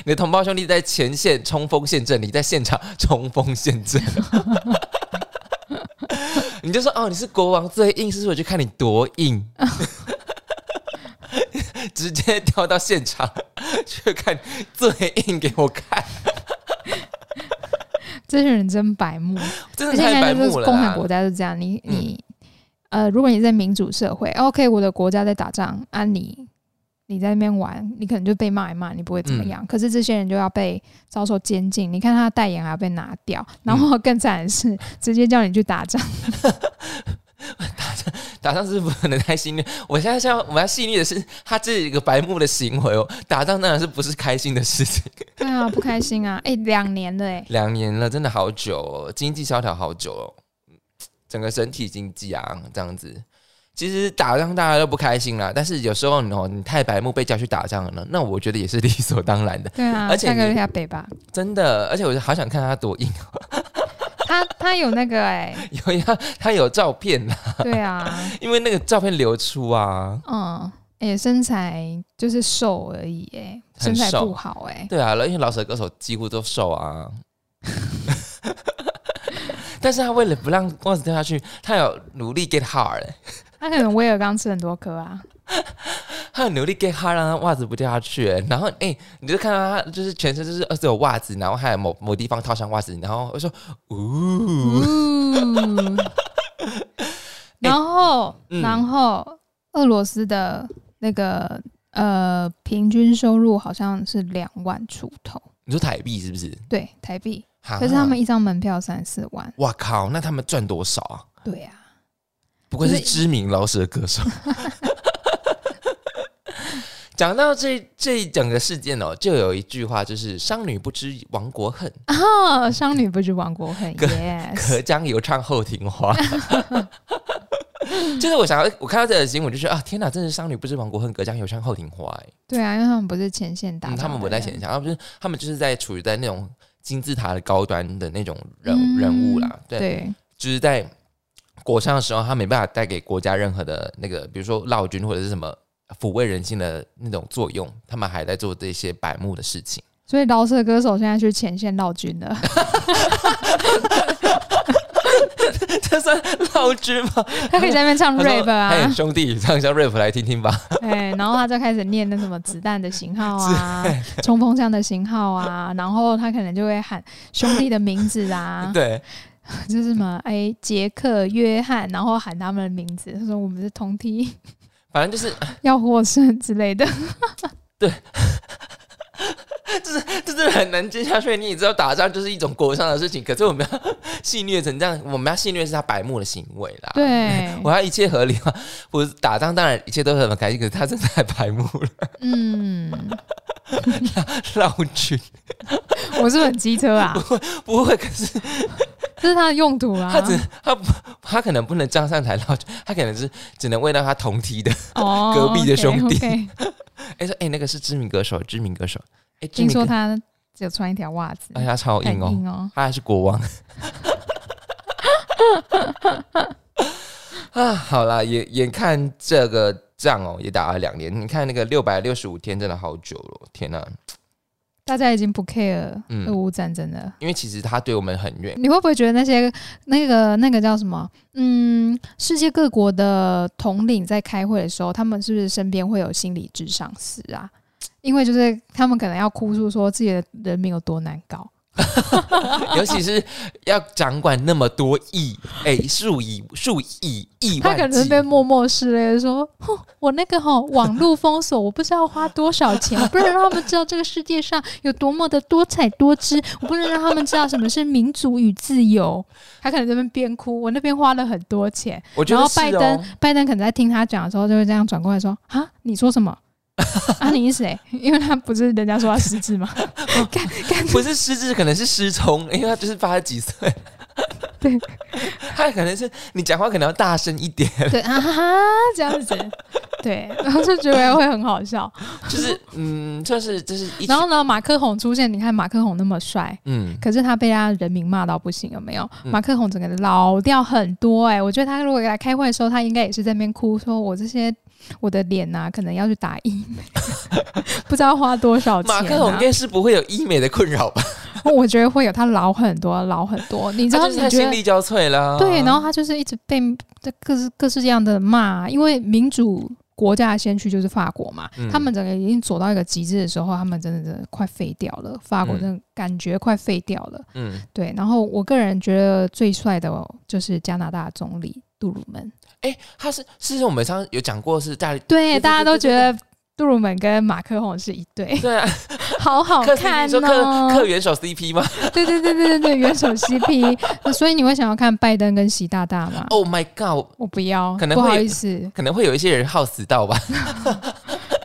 S2: 你的同胞兄弟在前线冲锋陷阵，你在现场冲锋陷阵， 你就说哦，你是国王最硬，是不是？我就看你多硬， 直接跳到现场去看最硬给我看，
S1: 这些人真白目，
S2: 真
S1: 而
S2: 的
S1: 且
S2: 太
S1: 你
S2: 白
S1: 看，就是
S2: 目了
S1: 共产
S2: 啦。嗯
S1: 国家是这样，你你、呃，如果你在民主社会，OK，我哦的国家在打仗啊你，你在那边玩，你可能就被骂一骂，你不会怎
S2: 嗯
S1: 么样。可是这些人就要被遭受监禁，你看他的代言还要被拿掉，然后
S2: 嗯
S1: 更惨的是、直接叫你去打仗，
S2: 打仗是不可能太心虐，我现在是要我们要细腻的是，他这是一个白目的行为哦。打仗当然是不是开心的事情。
S1: 对啊，不开心啊，哎、两年了哎、
S2: 两年了，真的好久、哦，经济萧条好久、哦，整个整体经济啊，这样子。其实打仗大家都不开心啦，但是有时候你哦，你太白目被叫去打仗了呢，那我觉得也是理所当然的，
S1: 对啊，
S2: 而且
S1: 下个
S2: 你
S1: 月下北吧，
S2: 真的。而且我就好想看他多硬，
S1: 他他有那个哎、
S2: 有呀，他有照片啦，
S1: 对啊，
S2: 因为那个照片流出啊，
S1: 嗯。哎、身材就是瘦而已、哎，
S2: 很
S1: 身材
S2: 瘦
S1: 不好、哎，
S2: 对啊，因为老舍歌手几乎都瘦啊。 但是他为了不让袜子掉下去，他有努力 get hard，欸、
S1: 他可能威尔刚吃很多颗啊，
S2: 他很努力 get hard，让他袜子不掉下去。欸然后哎、欸你就看到他就是全身就是呃只有袜子，然后还有某某地方套上袜子，然后我说，呜、
S1: 呜然后，
S2: 嗯
S1: 然后俄罗斯的那个呃平均收入好像是两万出头，
S2: 你说台币是不是？
S1: 对台币。
S2: 哈
S1: 可是他们，一张门票三四万，
S2: 哇靠，那他们赚多少啊？
S1: 对呀、啊，
S2: 不愧是
S1: 就是
S2: 知名老舍歌手。 讲到这这整个事件哦，就有一句话就是“商女不知亡国恨，
S1: 啊，商女不知亡国 恨
S2: 可
S1: ，yes，
S2: 可将犹唱后庭花” 。就是我想要，我看到这个新闻，就觉得啊，天哪，真的是商女不知亡国恨，隔江犹唱后庭花、欸。
S1: 对啊，因为他们不是前线打、
S2: 嗯，他们不在前，线，他们就是他们就是在处于在那种金字塔的高端的那种人、
S1: 嗯
S2: 人物啦，对，
S1: 对，
S2: 就是在国上的时候，他没办法带给国家任何的那个，比如说烙军或者是什么抚慰人心的那种作用，他们还在做这些百慕的事情。
S1: 所以饶舌歌手现在去前线闹军了，
S2: 这算烙军吗？
S1: 他可以在那边唱
S2: 他说
S1: rap
S2: 嘿
S1: 啊，
S2: 兄弟，唱一下 rap 来听听吧。
S1: 哎，然后他就开始念那什么子弹的型号啊，冲锋枪的型号啊，然后他可能就会喊兄弟的名字啊，
S2: 对，
S1: 就是什么哎杰克、约翰，然后喊他们的名字，他说我们是同梯，
S2: 反正就是
S1: 要获胜之类 的。
S2: 这真的很难接下去。你也知道，打仗就是一种国上的事情，可是我们要 戏虐成这样，我们要戏虐是他百慕的行为啦。
S1: 对，
S2: 我要一切合理化，我打仗当然一切都很开心，可是他真的太白目了，
S1: 嗯，
S2: 绕军
S1: 我是不是很机车 啊，
S2: 不会，可是
S1: 这是他的用途啊
S2: 他。只他不他可能不能站上台绕军，他可能是只能为了他同梯的。
S1: 哦，
S2: 隔壁的兄弟
S1: OK，OK
S2: 哎、说哎、那个是知名歌手，知名歌手，哎、知
S1: 听
S2: 名
S1: 说
S2: 歌手，
S1: 他只有穿一条袜子，
S2: 哎、他超
S1: 很
S2: 硬哦，
S1: 硬哦。
S2: 他还是国王。 啊，好啦，眼眼看这个仗哦，也打了两年。你看那个六百六十五天，真的好久了，天哪、
S1: 大家已经不 care
S2: 嗯
S1: 俄乌战争了。
S2: 因为其实他对我们很远，
S1: 你会不会觉得那些那个那个叫什么？嗯，世界各国的统领在开会的时候，他们是不是身边会有心理智商师啊？因为就是他们可能要哭诉说自己的人民有多难搞，
S2: 尤其是要掌管那么多亿，哎、数亿、数亿、亿
S1: 他可
S2: 万
S1: 能
S2: 计，
S1: 被默默拭泪地说：“哼，我那个哈、 网络封锁，我不知道花多少钱，我不能让他们知道这个世界上有多么的多彩多姿，我不能让他们知道什么是民主与自由。”他可能这边边哭，我那边花了很多钱，
S2: 我觉
S1: 然
S2: 得
S1: 后
S2: 是
S1: 拜登、
S2: 哦。
S1: 拜登可能在听他讲的时候，就会这样转过来说：“啊，你说 什么？啊，你是谁？因为他不是人家说他失智 吗？干干
S2: 不是失智，可能是失聪，因为他就是八十几岁。
S1: 对，
S2: 他可能是你讲话可能要大声一点，
S1: 对啊哈哈这样子，对，然后就觉得会很好笑。
S2: 就是嗯，算是就是一群
S1: 然后呢，马克宏出现，你看马克宏那么帅，
S2: 嗯，
S1: 可是他被他人民骂到不行，有没有？
S2: 嗯
S1: 马克宏整个老掉很多哎、我觉得他如果来开会的时候，他应该也是在那边哭，说我这些我的脸呐、可能要去打医美， 不知道花多少钱、啊。
S2: 马克龙应该是不会有医美的困扰吧？
S1: 我觉得会有他老很多，老很多。你知道
S2: 他
S1: 你
S2: 就是太
S1: 觉
S2: 心
S1: 得
S2: 力交嗯瘁啦。
S1: 对，然后他就是一直被这各式各式各样的骂，因为民主国家的先驱就是法国嘛，
S2: 嗯
S1: 他们整个已经走到一个极致的时候，他们真的真的快废掉了，法国
S2: 嗯
S1: 真的感觉快废掉了。
S2: 嗯，
S1: 对，然后我个人觉得最帅的哦就是加拿大总理杜鲁门，
S2: 哎、他是是我们上次有讲过是大
S1: 对，大家都觉
S2: 对
S1: 得。杜鲁门跟马克宏是一对，
S2: 对啊，
S1: 好好
S2: 克 CP
S1: 看
S2: 说克克
S1: 哦！
S2: 元首 CP 吗
S1: 对对对对对对，元首 CP，那 所以你会想要看拜登跟习大大吗？
S2: ？Oh my god！
S1: 我不要，
S2: 可能
S1: 不
S2: 会
S1: 好
S2: 有，
S1: 意思
S2: 可能会有一些人好死到吧？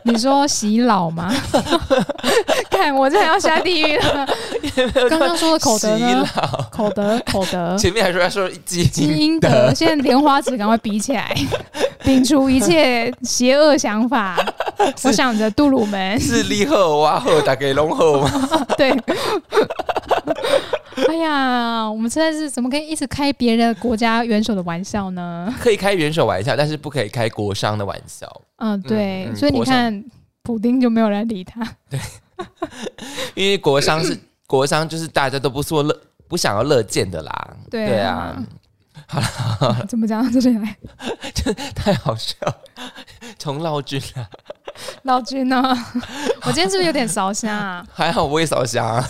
S1: 你说洗脑吗？ 看我真的要下地狱 了。刚刚说的口德呢？
S2: 洗脑
S1: 口德，口 德，
S2: 前面还说他说基
S1: 基
S2: 因
S1: 因德，现在莲花指赶快比起 来，摒除一切邪恶想法。 我想着杜鲁门，
S2: 是力后哇后打给龙后吗？
S1: 对。 哎呀，我们实在是怎么可以一直开别的国家元首的玩笑呢？
S2: 可以开元首玩笑，但是不可以开国商的玩笑。
S1: 嗯，对，
S2: 嗯嗯
S1: 所以你
S2: 国上
S1: 看，普丁就没有人理他。
S2: 因为国商是国商，就是大家都不说乐，不想要乐见的啦。
S1: 对啊 怎么讲到这里来？
S2: 太好笑了，从老君啊，
S1: 老君呢？ 我今天是不是有点烧香啊？
S2: 还好我也少 想、啊。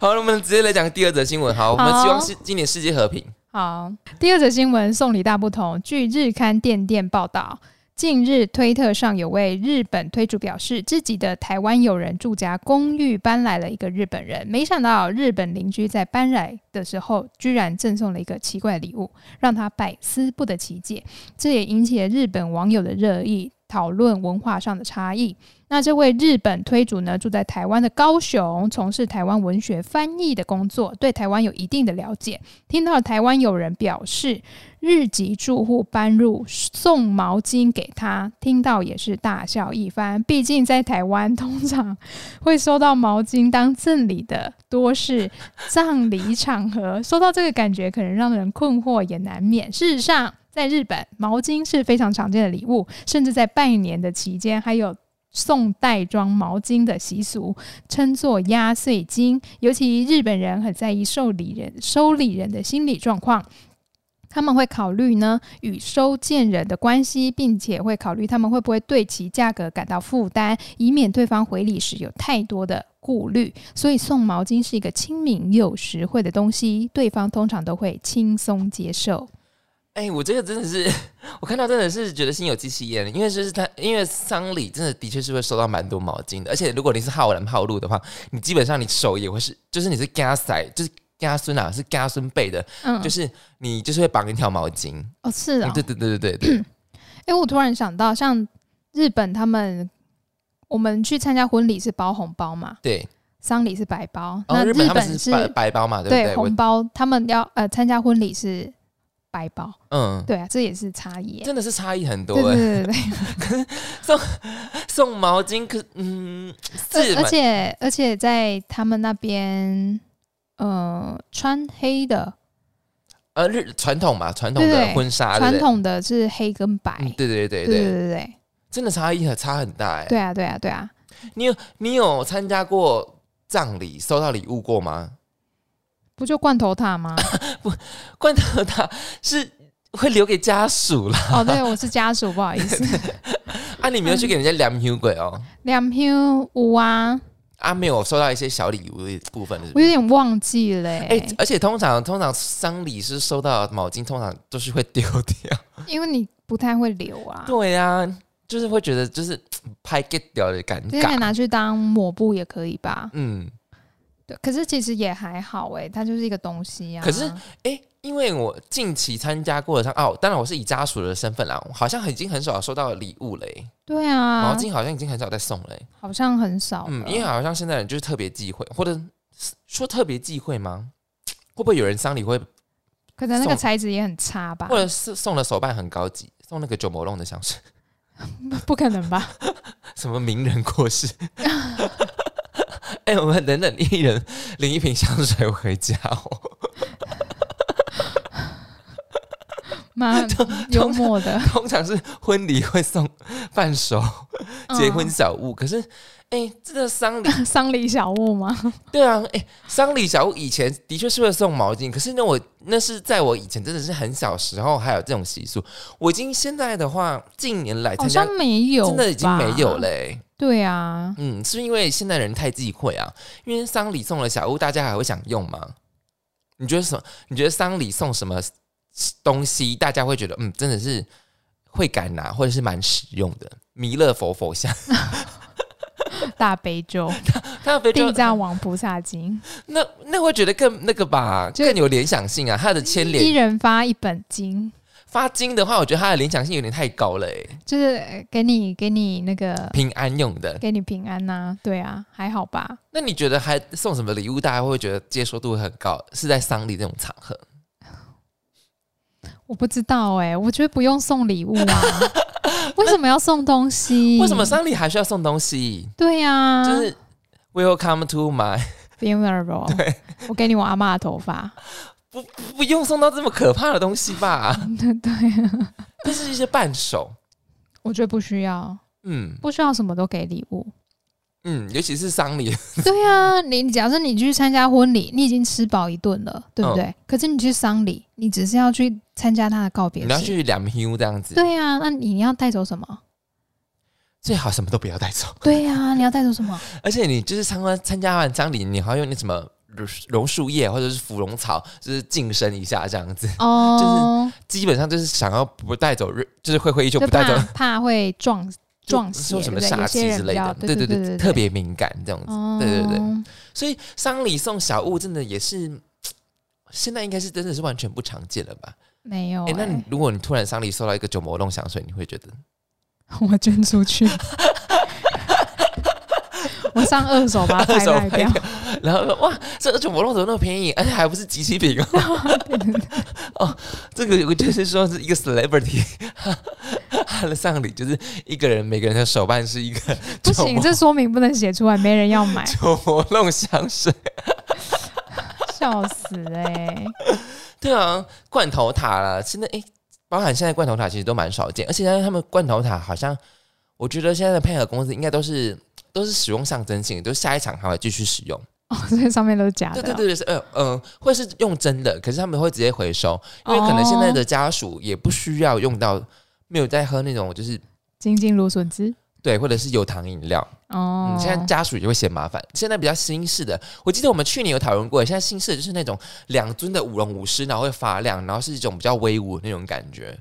S2: 好，那我们直接来讲第二则新闻。好，我们
S1: 好
S2: 希望是今年世界和平。
S1: 好，第二则新闻送礼大不同。据日刊电电报道，近日推特上有位日本推主表示，自己的台湾友人住家公寓搬来了一个日本人，没想到日本邻居在搬来的时候，居然赠送了一个奇怪礼物，让他百思不得其解。这也引起了日本网友的热议，讨论文化上的差异。那这位日本推主呢，住在台湾的高雄，从事台湾文学翻译的工作，对台湾有一定的了解。听到台湾有人表示，日籍住户搬入送毛巾给他，听到也是大笑一番。毕竟在台湾，通常会收到毛巾当赠礼的多是葬礼场合，收到这个感觉可能让人困惑也难免。事实上，在日本，毛巾是非常常见的礼物，甚至在拜年的期间还有。送袋装毛巾的习俗，称作压岁金。尤其日本人很在意受礼人、收礼人的心理状况，他们会考虑呢与收件人的关系，并且会考虑他们会不会对其价格感到负担，以免对方回礼时有太多的顾虑。所以送毛巾是一个亲民又实惠的东西，对方通常都会轻松接受。
S2: 哎、我这个真的是，我看到真的是觉得心有戚戚焉，因为就是他，因为丧礼真的的确是会收到蛮多毛巾的，而且如果你是好男好路的话，你基本上你手也会是，就是你是嘎塞，就是嘎孙啊，是嘎孙辈的，
S1: 嗯，
S2: 就是你就是会绑一条毛巾，
S1: 哦，是啊、
S2: 对对对对对对，
S1: 哎、我突然想到，像日本他们，我们去参加婚礼是包红包嘛，
S2: 对。
S1: 丧礼是白包。嗯
S2: 然
S1: 那
S2: 后哦日本他们
S1: 本
S2: 是白白包嘛，对不
S1: 对
S2: 对？我
S1: 红包，他们要呃参加婚礼是白包。
S2: 嗯，
S1: 对啊，这也是差异耶。
S2: 真的是差异很多
S1: 对对
S2: 哎。
S1: 对 对
S2: 送毛巾可嗯
S1: 对，
S2: 是
S1: 而而
S2: 蛮
S1: 且而且在他们那边，呃，穿黑的
S2: 呃日传统嘛，传统
S1: 对
S2: 的
S1: 对
S2: 婚纱，啊对
S1: 传
S2: 不对
S1: 统的是黑跟白。
S2: 嗯对对对
S1: 对
S2: 对，
S1: 对对
S2: 真的差异很差很大哎。
S1: 对啊对啊对啊！
S2: 你有你有参加过葬礼收到礼物过吗？
S1: 不就罐头塔 吗？
S2: 罐头塔是会留给家属啦，
S1: 哦，对，我是家属，不好意思。
S2: 啊，你没有去给人家量牛鬼哦，
S1: 两瓶五啊，
S2: 啊，没有收到一些小礼物的部分是不
S1: 我
S2: 是
S1: 有点忘记了欸、
S2: 哎、而且通常通常丧礼是收到毛巾，通常都是会丢掉。
S1: 因为你不太会留啊，
S2: 对啊，就是会觉得就是拍 get 掉的尴
S1: 其实可以
S2: 尬。
S1: 拿去当抹布也可以吧？
S2: 嗯，
S1: 对，可是其实也还好哎、它就是一个东西啊。
S2: 可是哎、因为我近期参加过的丧哦，当然我是以家属的身份啦，好像已经很少收到礼物了、欸，
S1: 对啊，
S2: 毛巾好像已经很少在送了、欸。
S1: 好像很少了。
S2: 嗯，因为好像现在人就是特别忌讳，或者说特别忌讳吗？会不会有人丧礼会，
S1: 可能那个
S2: 送
S1: 材质也很差吧
S2: 或？者是送的手办很高级，送那个九魔弄的香水，
S1: 不可能吧？
S2: 什么名人过世？ 哎、我们等等一人领一瓶香水回家哦。
S1: 蛮幽默的。
S2: 通常是婚礼会送伴手、 结婚小物，可是哎、这个丧礼，
S1: 嗯丧礼小物吗？
S2: 对啊，哎、丧礼小物以前的确是会送毛巾，可是呢，我那是在我以前真的是很小时候还有这种习俗。我已经现在的话，近年来
S1: 好
S2: 参加
S1: 像没有，
S2: 真的已经没有嘞、。
S1: 对啊，
S2: 嗯，是因为现代人太忌讳啊，因为丧礼送了小物，大家还会想用吗？你觉得什么？你觉得丧礼送什么东西，大家会觉得嗯，真的是会感拿、或者是蛮实用的？弥勒佛佛像，
S1: 大悲咒、
S2: 他的非洲
S1: 地藏王菩萨经，
S2: 那那会觉得更那个吧，
S1: 就
S2: 更有联想性啊。它的牵
S1: 一
S2: 连
S1: 人发一本经，
S2: 发金的话，我觉得它的联想性有点太高了、欸，
S1: 就是呃给你给你那个
S2: 平安用的。
S1: 给你平安呐、对啊，还好吧。
S2: 那你觉得还送什么礼物，大家会觉得接受度会很高？是在丧礼这种场合？
S1: 我不知道哎、我觉得不用送礼物 啊，为什么要送东西？
S2: 为什么？丧礼还需要送东西？
S1: 对呀、嗯啊，
S2: 就是 Welcome to my，
S1: funeral。我给你我阿妈的头发，
S2: 不用送到这么可怕的东西吧？
S1: 对，
S2: 这是一些伴手，
S1: 我觉得不需要，
S2: 嗯
S1: 不需要什么都给礼物。
S2: 嗯，尤其是丧礼，
S1: 对啊，你假设你去参加婚礼，你已经吃饱一顿了，对不
S2: 嗯
S1: 对？可是你去丧礼，你只是要去参加他的告别
S2: 你要
S1: 式。
S2: 去两 U 这样子，
S1: 对啊，那你要带走什么？
S2: 最好什么都不要带走。
S1: 对呀、你要带走什么？
S2: 而且你就是参观参加完葬礼，你还要用那什么榕榕树叶或者是芙蓉草，就是净身一下这样子。
S1: 哦，
S2: 基本上就是想要不带走， 就是会会依旧不带走
S1: 怕怕会撞撞
S2: 就
S1: 邪，
S2: 说什么
S1: 对不对
S2: 煞
S1: 有些
S2: 气
S1: 人
S2: 之
S1: 比
S2: 类
S1: 较
S2: 的，
S1: 对
S2: 对
S1: 对
S2: 特别敏感这样子。
S1: 哦，
S2: 对对对所以丧礼送小物真的也是，现在应该是真的是完全不常见了吧？
S1: 没有、
S2: 哎、那你
S1: 欸
S2: 如果你突然丧礼收到一个九魔洞香水，你会 觉得
S1: 我捐出 去，我上二手把它拍
S2: 二手
S1: 卖
S2: 拍
S1: 掉。
S2: 然后说哇，这个九魔洞怎么那么便宜， 而且还不是集齐品哦？ 哦，这个我就是说是一个 celebrity，他的丧礼就是一个人，每个人的手办是一个
S1: 不
S2: 九
S1: 行，
S2: 魔
S1: 这说明不能写出来，没人要 买，
S2: 九魔洞香水。
S1: 笑死哎、欸！
S2: 对啊，罐头塔啦，现在诶，包含现在罐头塔其实都蛮少见，而且现在他们罐头塔好像，我觉得现在的配合公司应该都是都是使用象征性，就是下一场还会继续使用。
S1: 哦，这上面都是假的、
S2: 对对，对，是呃嗯、呃，会是用真的，可是他们会直接回收，因
S1: 哦
S2: 为可能现在的家属也不需要用到，没有在喝那种就是
S1: 金金芦笋汁
S2: 对，或者是有糖饮料。
S1: 哦、
S2: 嗯，现在家属也会嫌麻烦。现在比较新式的，我记得我们去年有讨论过，现在新式的就是那种两尊的舞龙舞狮，然后会发亮，然后是一种比较威武的那种感 觉。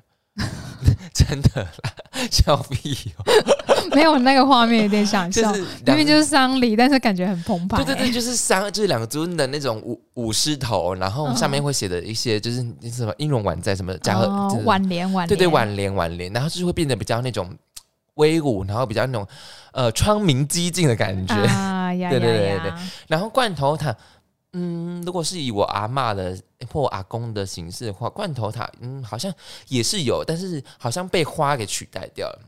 S2: 真的啦，笑屁哦、
S1: 没有那个画面有点想
S2: 就
S1: 笑，
S2: 是
S1: 明
S2: 两
S1: 明就是欸丧礼，但是感觉很澎湃、
S2: 对对对，就是三就是两尊的那种舞舞狮头，然后
S1: 嗯
S2: 上面会写的一些就是什么英龙晚在什么嘉禾、
S1: 哦
S2: 就是、
S1: 挽联挽联，
S2: 对对挽联挽联，然后就是会变得比较那种威武，然后比较那种呃窗明几净的感觉。
S1: 啊呀呀
S2: 对对对对
S1: 呀！
S2: 然后罐头塔，嗯，如果是以我阿嬷的或我阿公的形式的话，罐头塔，嗯，好像也是有，但是好像被花给取代掉了。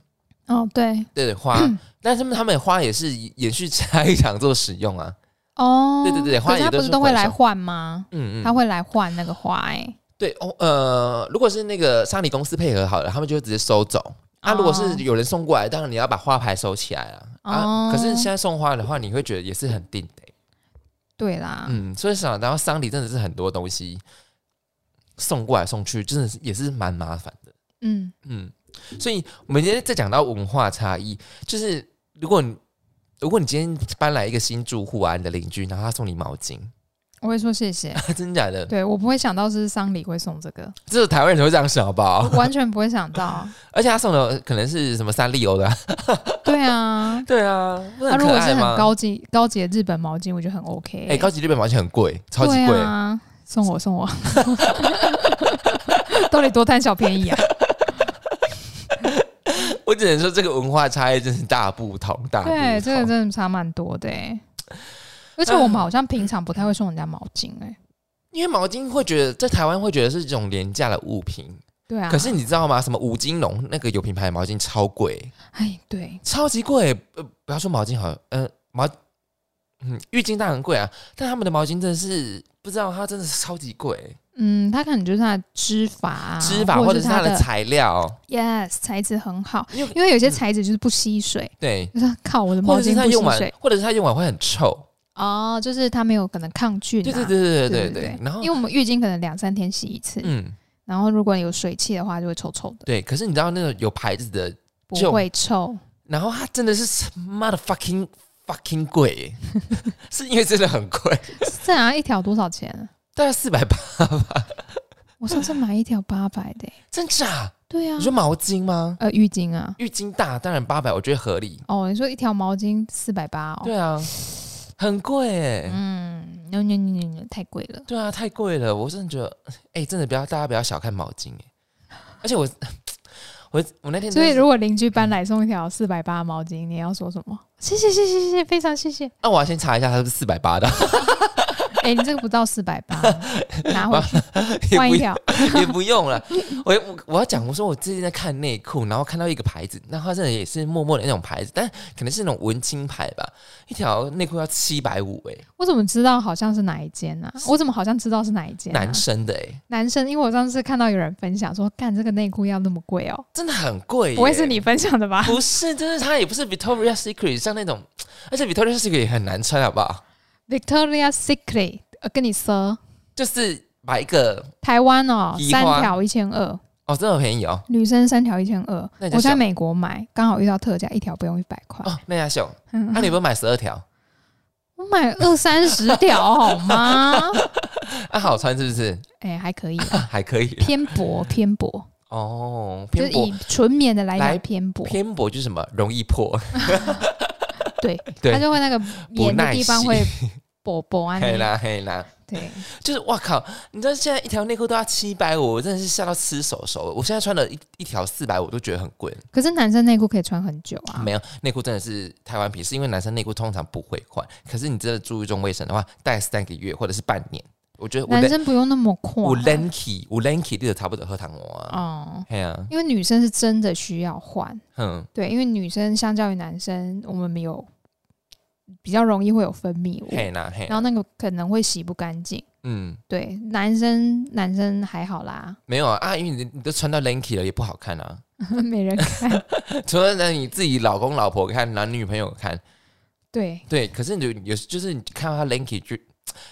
S1: 哦对
S2: 对花，
S1: 嗯
S2: 但是他们他们的花也是延续下一场做使用啊。
S1: 哦，
S2: 对对对花
S1: 可是他
S2: 也
S1: 不
S2: 都
S1: 是
S2: 是
S1: 都会
S2: 回
S1: 来
S2: 收
S1: 换吗？
S2: 嗯
S1: 他
S2: 嗯，
S1: 会来换那个花哎、
S2: 对哦，呃，如果是那个丧礼公司配合好了，他们就会直接收走。
S1: 哦
S2: 那、如果是有人送过来，当然你要把花牌收起来啊。
S1: 哦
S2: 啊，可是现在送花的话，你会觉得也是很定的欸、
S1: 对啦，
S2: 嗯，所以想到丧礼真的是很多东西送过来送去，真的是也是蛮麻烦的。
S1: 嗯，
S2: 嗯，所以我们今天在讲到文化差异，就是如果你如果你今天搬来一个新住户啊，你的邻居，然后他送你毛巾，
S1: 我会说谢谢。
S2: 真的假的？
S1: 对我不会想到是丧礼会送这个，
S2: 这是台湾人才会这样想，好不
S1: 我
S2: 好？
S1: 完全不会想 到。
S2: 而且他送的可能是什么三丽鸥的啊、
S1: 对啊，
S2: 对啊，不是
S1: 那、
S2: 很
S1: 如
S2: 可
S1: 果
S2: 爱
S1: 是
S2: 吗
S1: 很？高级高级的日本毛巾，我觉得很 OK、
S2: 哎、高级日本毛巾很贵，超级
S1: 对
S2: 贵。
S1: 啊，送我送我， 都得多贪小便宜啊！
S2: 我只能说这个文化差异真是大不同，大不同。
S1: 对，这个真的差蛮多的、欸。而且
S2: 啊
S1: 我们好像平常不太会送人家毛巾、欸，哎，
S2: 因为毛巾会觉得在台湾会觉得是一种廉价的物品，
S1: 对啊。
S2: 可是，你知道吗？什么五金龙那个有品牌的毛巾超贵，
S1: 哎，对，
S2: 超级贵。呃，不要说毛巾好了，呃，毛嗯浴巾当然贵啊，但他们的毛巾真的是不知道，它真的是超级贵，
S1: 嗯，他可能就是他的织法、啊，
S2: 织法
S1: 或
S2: 或
S1: 者
S2: 者
S1: 是
S2: 是
S1: 他
S2: 它的材料，
S1: yes 材质很好，
S2: 因为
S1: 因为有些材质就是不吸水，
S2: 对，
S1: 就是靠我的毛
S2: 或者是
S1: 巾
S2: 它
S1: 不
S2: 用
S1: 吸
S2: 完
S1: 水，
S2: 或者是它用完会很臭。
S1: 哦，就是它没有可能抗菌、啊，
S2: 对对对对
S1: 对
S2: 对对，然后
S1: 因为我们浴巾可能两三天洗一次，
S2: 嗯
S1: 然后如果有水汽的话就会臭臭的，
S2: 对，可是你知道那种有牌子的，
S1: 不
S2: 就
S1: 会臭，
S2: 然后它真的是妈的 fucking fucking 贵耶，是因为真的很贵，
S1: 这好像一条多少钱？啊
S2: 大概四百八吧。
S1: 我上次买一条八百的欸、
S2: 真假？
S1: 对啊
S2: 你，说毛巾吗？
S1: 呃，浴巾啊，
S2: 浴巾大当然八百，我觉得合理。
S1: 哦，你说一条毛巾四百八哦，
S2: 对啊，很贵哎、
S1: 嗯，牛牛牛牛牛，太贵了，
S2: 对啊，太贵了，我真的觉得，哎、真的不要大家不要小看毛巾哎、而且我 我我那天
S1: 所
S2: 真
S1: 以
S2: 的是
S1: 如果邻居搬来送一条四百八毛巾，你要说什么？谢谢谢谢谢谢，非常谢谢。
S2: 啊，我要先查一下它是不是四百八的，
S1: 哎、你这个不到四百八，拿回去
S2: 也
S1: 换
S2: 不
S1: 一条。
S2: 也不用了。我我我要讲，我说我最近在看内裤，然后看到一个牌子，那它真的也是默默的那种牌子，但可能是那种文青牌吧，一条内裤要七百五哎，
S1: 我怎么知道好像是哪一间呢、啊？我怎么好像知道是哪一间、啊？
S2: 男生的哎、
S1: 男生，因为我上次看到有人分享说，干这个内裤要那么贵哦，
S2: 真的很贵、耶
S1: 不会是你分享的吧？
S2: 不是，就是它也不是 Victoria Secret 像那种，而且 Victoria Secret 也很难穿，好不好？
S1: Victoria Secret，呃，跟你说，
S2: 就是把一个
S1: 台湾哦，
S2: 移
S1: 三
S2: 花
S1: 条一千二，
S2: 哦，真的很便宜哦。
S1: 女生三条一千二
S2: 那你，就
S1: 我在
S2: 想
S1: 美国买，刚好遇到特价，一条不用一百块。
S2: 哦，那家秀，
S1: 嗯
S2: 那、你不是买十二条？
S1: 我买二三十条好 吗？
S2: 啊，好穿是不是？
S1: 哎、还可以啊，
S2: 啊还可以
S1: 偏薄偏薄，
S2: 哦。
S1: 就是
S2: 偏
S1: 以
S2: 薄，
S1: 纯棉的来
S2: 来
S1: 讲偏薄，
S2: 偏薄就是什么？容易破，
S1: 对，
S2: 对
S1: 它就会那个棉的
S2: 耐
S1: 地方
S2: 洗
S1: 会薄薄啊，
S2: 黑啦黑啦。
S1: 对，
S2: 就是哇靠！你知道现在一条内裤都要七百五，我真的是吓到吃手手。我现在穿了一一条四百五，我都觉得很贵。
S1: 可是男生内裤可以穿很久啊，
S2: 没有内裤真的是台湾皮，是因为男生内裤通常不会换。可是你真的注重卫生的话，戴三个月或者是半年，我觉得我
S1: 男
S2: 的
S1: 生不用那么快
S2: 我 lanky 我 lanky 这个差不多喝糖我啊。
S1: 哦，
S2: 哎呀，
S1: 因为女生是真的需要换，
S2: 哼，
S1: 对，因为女生相较于男生，我们没有比较容易会有分泌物，
S2: 嘿啦嘿啦
S1: 然，后那个可能会洗不干净。
S2: 嗯，
S1: 对，男生男生还好啦，
S2: 没有啊啊，因为你你都穿到 lanky 了，也不好看啊。
S1: 没人看。
S2: 除了让你自己老公老婆看，男女朋友看，
S1: 对，
S2: 对，可是你就有时就是你看到他 lanky 就，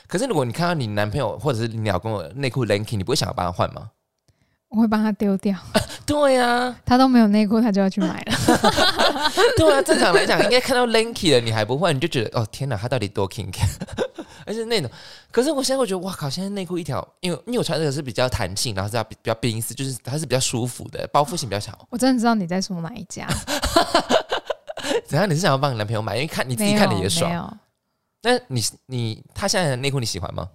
S2: 可是如果你看到你男朋友或者是你老公的内裤 lanky，你不会想要帮他换吗？
S1: 我会帮他丢掉，
S2: 对啊，
S1: 他都没有内裤，他就要去买 了。
S2: 对啊，正常来讲，应该看到 lanky 了，你还不换，你就觉得哦天哪，他到底多 king？而 且那种，可是我现在会觉得，哇靠！现在内裤一条，因为因为我穿这个是比较弹性，然后是要比比较冰丝，就是它是比较舒服的，包覆性比较小。
S1: 我真的知道你在说哪一家，
S2: 怎样？你是想要帮你男朋友买？因为 看你自己
S1: 没
S2: 看的
S1: 有
S2: 也
S1: 没
S2: 爽。
S1: 有，
S2: 那你你他现在的内裤你喜欢吗？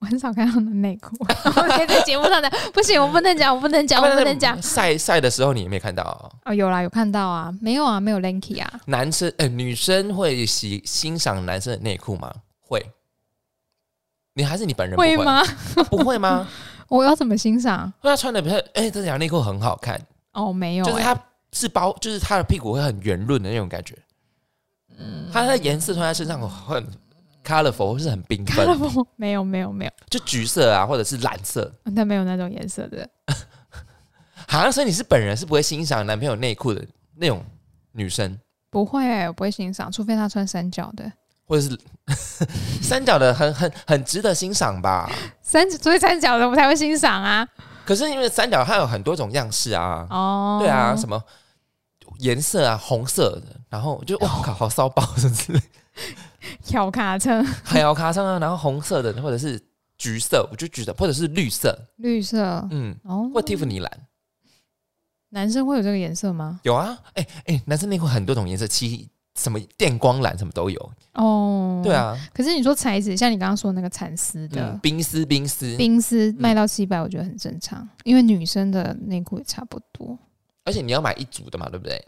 S1: 我很少看到他的内裤。 我可以在节目上的不行，我不能讲，我不能哦讲，我
S2: 啊
S1: 不
S2: 那
S1: 能讲。
S2: 晒晒的时候你也没看到哦、
S1: 哦，有啦，有看到啊，没有啊，没有 Lanky 啊，
S2: 男生呃女生会喜欣赏男生的内裤吗？会。你还是你本人不会
S1: 会？吗？
S2: 不会吗？
S1: 我要怎么欣赏？
S2: 那他穿的比较，哎、这条内裤很好看，
S1: 哦，没有、
S2: 就是
S1: 欸，
S2: 它是包，就是它的屁股会很圆润的那种感觉。它的颜色穿在身上会很 colorful，是很缤
S1: 看
S2: 纷，
S1: 到不？没有，没有，没有，
S2: 就橘色啊，或者是蓝色。
S1: 但没有那种颜色的。
S2: 好、像所以你是本人是不会欣赏男朋友内裤的那种女生，
S1: 不会、欸我不会欣赏，除非他穿三角的。
S2: 或者是 三角的很很很值得欣赏吧？
S1: 三所以三角的我才会欣赏啊。
S2: 可是因为三角它有很多种样式啊，
S1: 哦，
S2: 对啊，什么颜色啊，红色的，然后我就哇靠，好骚包，甚至
S1: 跳卡车，
S2: 还有卡上啊，然后红色的或者是橘色，我就觉得或者是绿色，
S1: 绿色。
S2: 嗯，
S1: 哦，
S2: 或蒂芙尼蓝，
S1: 男生会有这个颜色吗？
S2: 有啊，哎、哎、男生内裤很多种颜色，漆什么电光蓝什么都有，
S1: 哦，
S2: 对。啊，
S1: 可是你说材质，像你刚刚说的那个蚕丝
S2: 嗯
S1: 的，
S2: 冰丝冰丝，
S1: 冰丝卖到七百，我觉得很正常，因为女生的内裤也差不多。
S2: 而且你要买一组的嘛，对不对？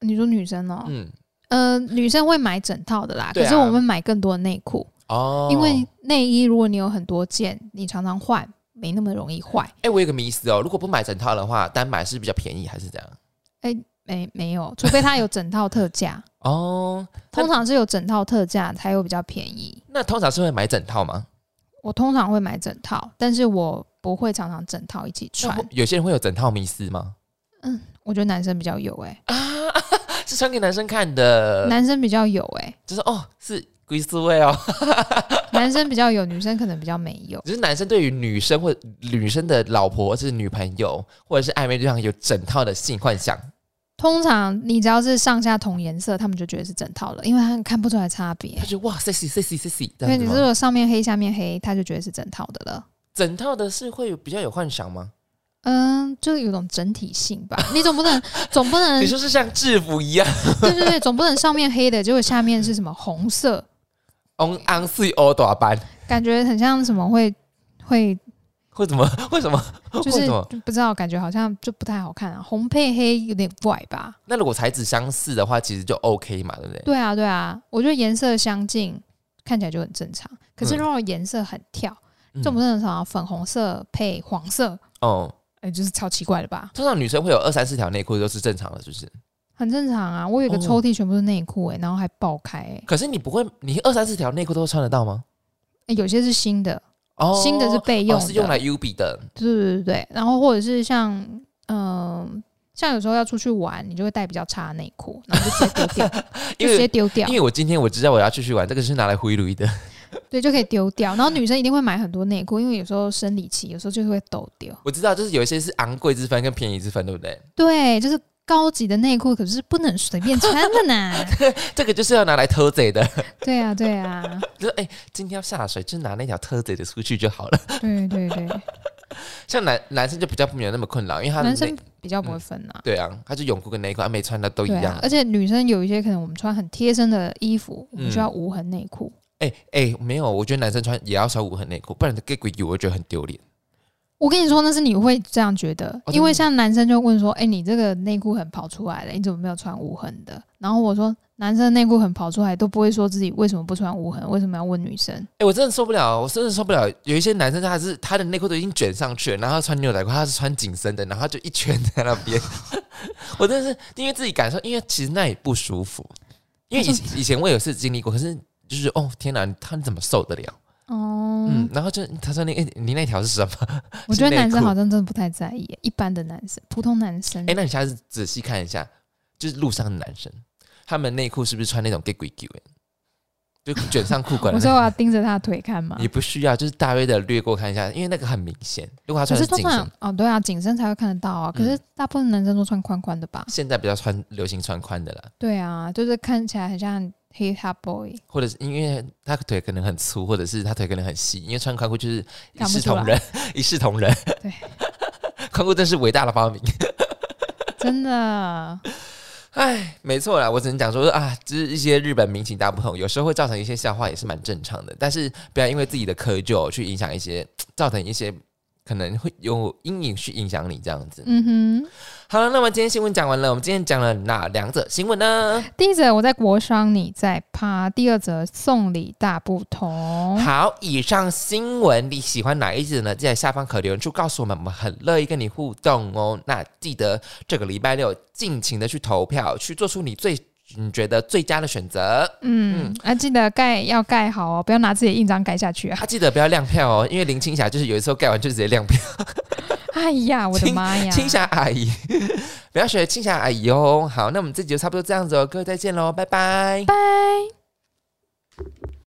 S1: 你说女生哦，
S2: 嗯，
S1: 呃，女生会买整套的啦，
S2: 对
S1: 可
S2: 啊
S1: 是我们买更多的内裤，
S2: 哦，
S1: 因为内衣如果你有很多件，你常常换，没那么容易坏。
S2: 哎、我有个迷思哦，如果不买整套的话，单买是比较便宜还是怎样？
S1: 没没有，除非它有整套特 价，
S2: 哦，
S1: 通常是有整套特价才有比较便宜。
S2: 那通常是会买整套吗？
S1: 我通常会买整套，但是我不会常常整套一起
S2: 那
S1: 穿
S2: 会。有些人会有整套迷思吗？
S1: 我觉得男生比较有哎、
S2: 是穿给男生看的，
S1: 男生比较有哎、
S2: 就是哦，是龟丝味哦。
S1: 男生比较有，女生可能比较没有。
S2: 只是男生对于女生或女生的老婆或是女朋友或者是暧昧对象有整套的性幻想，
S1: 通常你只要是上下同颜色，他们就觉得是整套了，因为他们看不出来差别
S2: 他。觉得哇，sexy sexy sexy，这
S1: 因为
S2: 样
S1: 你
S2: 子
S1: 如
S2: 吗？
S1: 果上面黑下面黑，他就觉得是整套的了。
S2: 整套的是会有比较有幻想吗？
S1: 嗯，就是有种整体性吧。你总不 能总不能
S2: 你说是像制服一样
S1: 对对对，总不能上面黑的，结果下面是什么红色，
S2: ，on on C O 大班，
S1: 感觉很像什么会 会
S2: 为什么？为什么？
S1: 就
S2: 为
S1: 是
S2: 什么？
S1: 不知道，感觉好像就不太好看啊。红配黑有点怪吧？
S2: 那如果材质相似的话，其实就 OK 嘛，对不对？
S1: 对啊，对啊，我觉得颜色相近看起来就很正常。可是
S2: 嗯
S1: 如果颜色很跳，
S2: 嗯
S1: 这不是很常啊粉红色配黄色，
S2: 哦，
S1: 哎、就是超奇怪的吧？
S2: 通常女生会有二三四条内裤都是正常的，是不是？
S1: 很正常啊。我有一个
S2: 哦
S1: 抽屉全部是内裤哎，然后还爆开哎、
S2: 可是你不会，你二三四条内裤都穿得到吗？
S1: 哎有些是新的，
S2: 哦，
S1: 新的是备用
S2: 哦
S1: 的，
S2: 是用来 U B 的，
S1: 对对对对，然后或者是像嗯、像有时候要出去玩，你就会带比较差的内裤，然后就直接丢掉，就
S2: 因
S1: 直接
S2: 为
S1: 丢掉
S2: 因。为我今天我知道我要出去玩，这个是拿来挥霍的。
S1: 对，就可以丢掉。然后女生一定会买很多内裤，因为有时候生理期，有时候就是会抖丢。
S2: 我知道，就是有一些是昂贵之分跟便宜之分，对不对？
S1: 对，就是高级的内裤可是不能随便穿的呢。
S2: 这个就是要拿来偷贼的，
S1: 对啊，对啊，
S2: 就是哎、今天要下水，就拿那条偷贼的出去就好了。
S1: 对对对，
S2: 像男男生就比较没有那么困扰，因为他的
S1: 男
S2: 内
S1: 生比较不会分啊。
S2: 对啊，他就泳裤跟内裤，他没穿的都一
S1: 对
S2: 样
S1: 啊，。而且女生有一些可能我们穿很贴身的衣服，我们需
S2: 嗯
S1: 要无痕内裤。
S2: 哎哎、没有，我觉得男生穿也要穿无痕内裤，不然给鬼我觉得很丢脸。
S1: 我跟你说，那是你会这样觉得，
S2: 哦
S1: 因为
S2: 真
S1: 像男生就问说：“哎、你这个内裤很跑出来了，你怎么没有穿无痕的？”然后我说：“男生内裤很跑出来，都不会说自己为什么不穿无痕，为什么要问女生
S2: 哎、我真的受不了，我真的受不了。有一些男生他是他的内裤都已经卷上去了，然后他穿牛仔裤，他是穿紧身的，然后他就一圈在那边。 我真的是因为自己感受，因为其实那也不舒服。因为以前以前我有次经历过，可是就是哦天哪，他怎么受得了？？”
S1: 哦、
S2: 嗯，然后就他说那、哎你那条是什么？
S1: 我觉得
S2: 是内
S1: 男生
S2: 裤
S1: 好像真的不太在意，一般的男生，普通男生
S2: 哎、，那你下次仔细看一下，就是路上的男生，他们内裤是不是穿那种 gay 鬼 g 就卷上裤管
S1: 我
S2: 的
S1: 说
S2: 那
S1: 我要盯着他的腿看嘛
S2: 种？。也不需要，就是大约的略过看一下，因为那个很明显。如果他
S1: 可
S2: 穿
S1: 是
S2: 的
S1: 通
S2: 紧身嗯
S1: 常，哦，对啊，紧身才会看得到啊。可是大部分男生都穿宽宽的吧？
S2: 现在比较穿流行穿宽的啦，
S1: 对啊，就是看起来很像 hip hop boy。
S2: 或者是因为他腿可能很粗，或者是他腿可能很细，因为穿宽裤就是一
S1: 看不
S2: 视
S1: 出来
S2: 同仁， 一视同仁。
S1: 对，
S2: 宽裤真是伟大的发明。
S1: 真的，
S2: 哎，没错啦，我只能讲说啊，就是一些日本民情大不同，有时候会造成一些笑话，也是蛮正常的。但是不要因为自己的窠臼去影响一些，造成一些可能会有阴影去影响你这样子。
S1: 嗯哼。
S2: 好了，那么今天新闻讲完了，我们今天讲了哪两则新闻呢？
S1: 第一则我在国商，你在趴；第二则送礼大不同。
S2: 好，以上新闻你喜欢哪一则呢？记得下方可留言处告诉我们，我们很乐意跟你互动哦。那记得这个礼拜六尽情的去投票，去做出你最你觉得最佳的选择。
S1: 嗯，啊，记得盖要盖好哦，不要拿自己的印章盖下去啊！
S2: 他记得不要亮票哦，因为林青霞就是有的时候盖完就直接亮票。
S1: 哎呀，我的妈呀！
S2: 青霞阿姨， 不要学青霞阿姨哦。好，那我们这集就差不多这样子哦，各位再见喽，拜拜。
S1: 拜。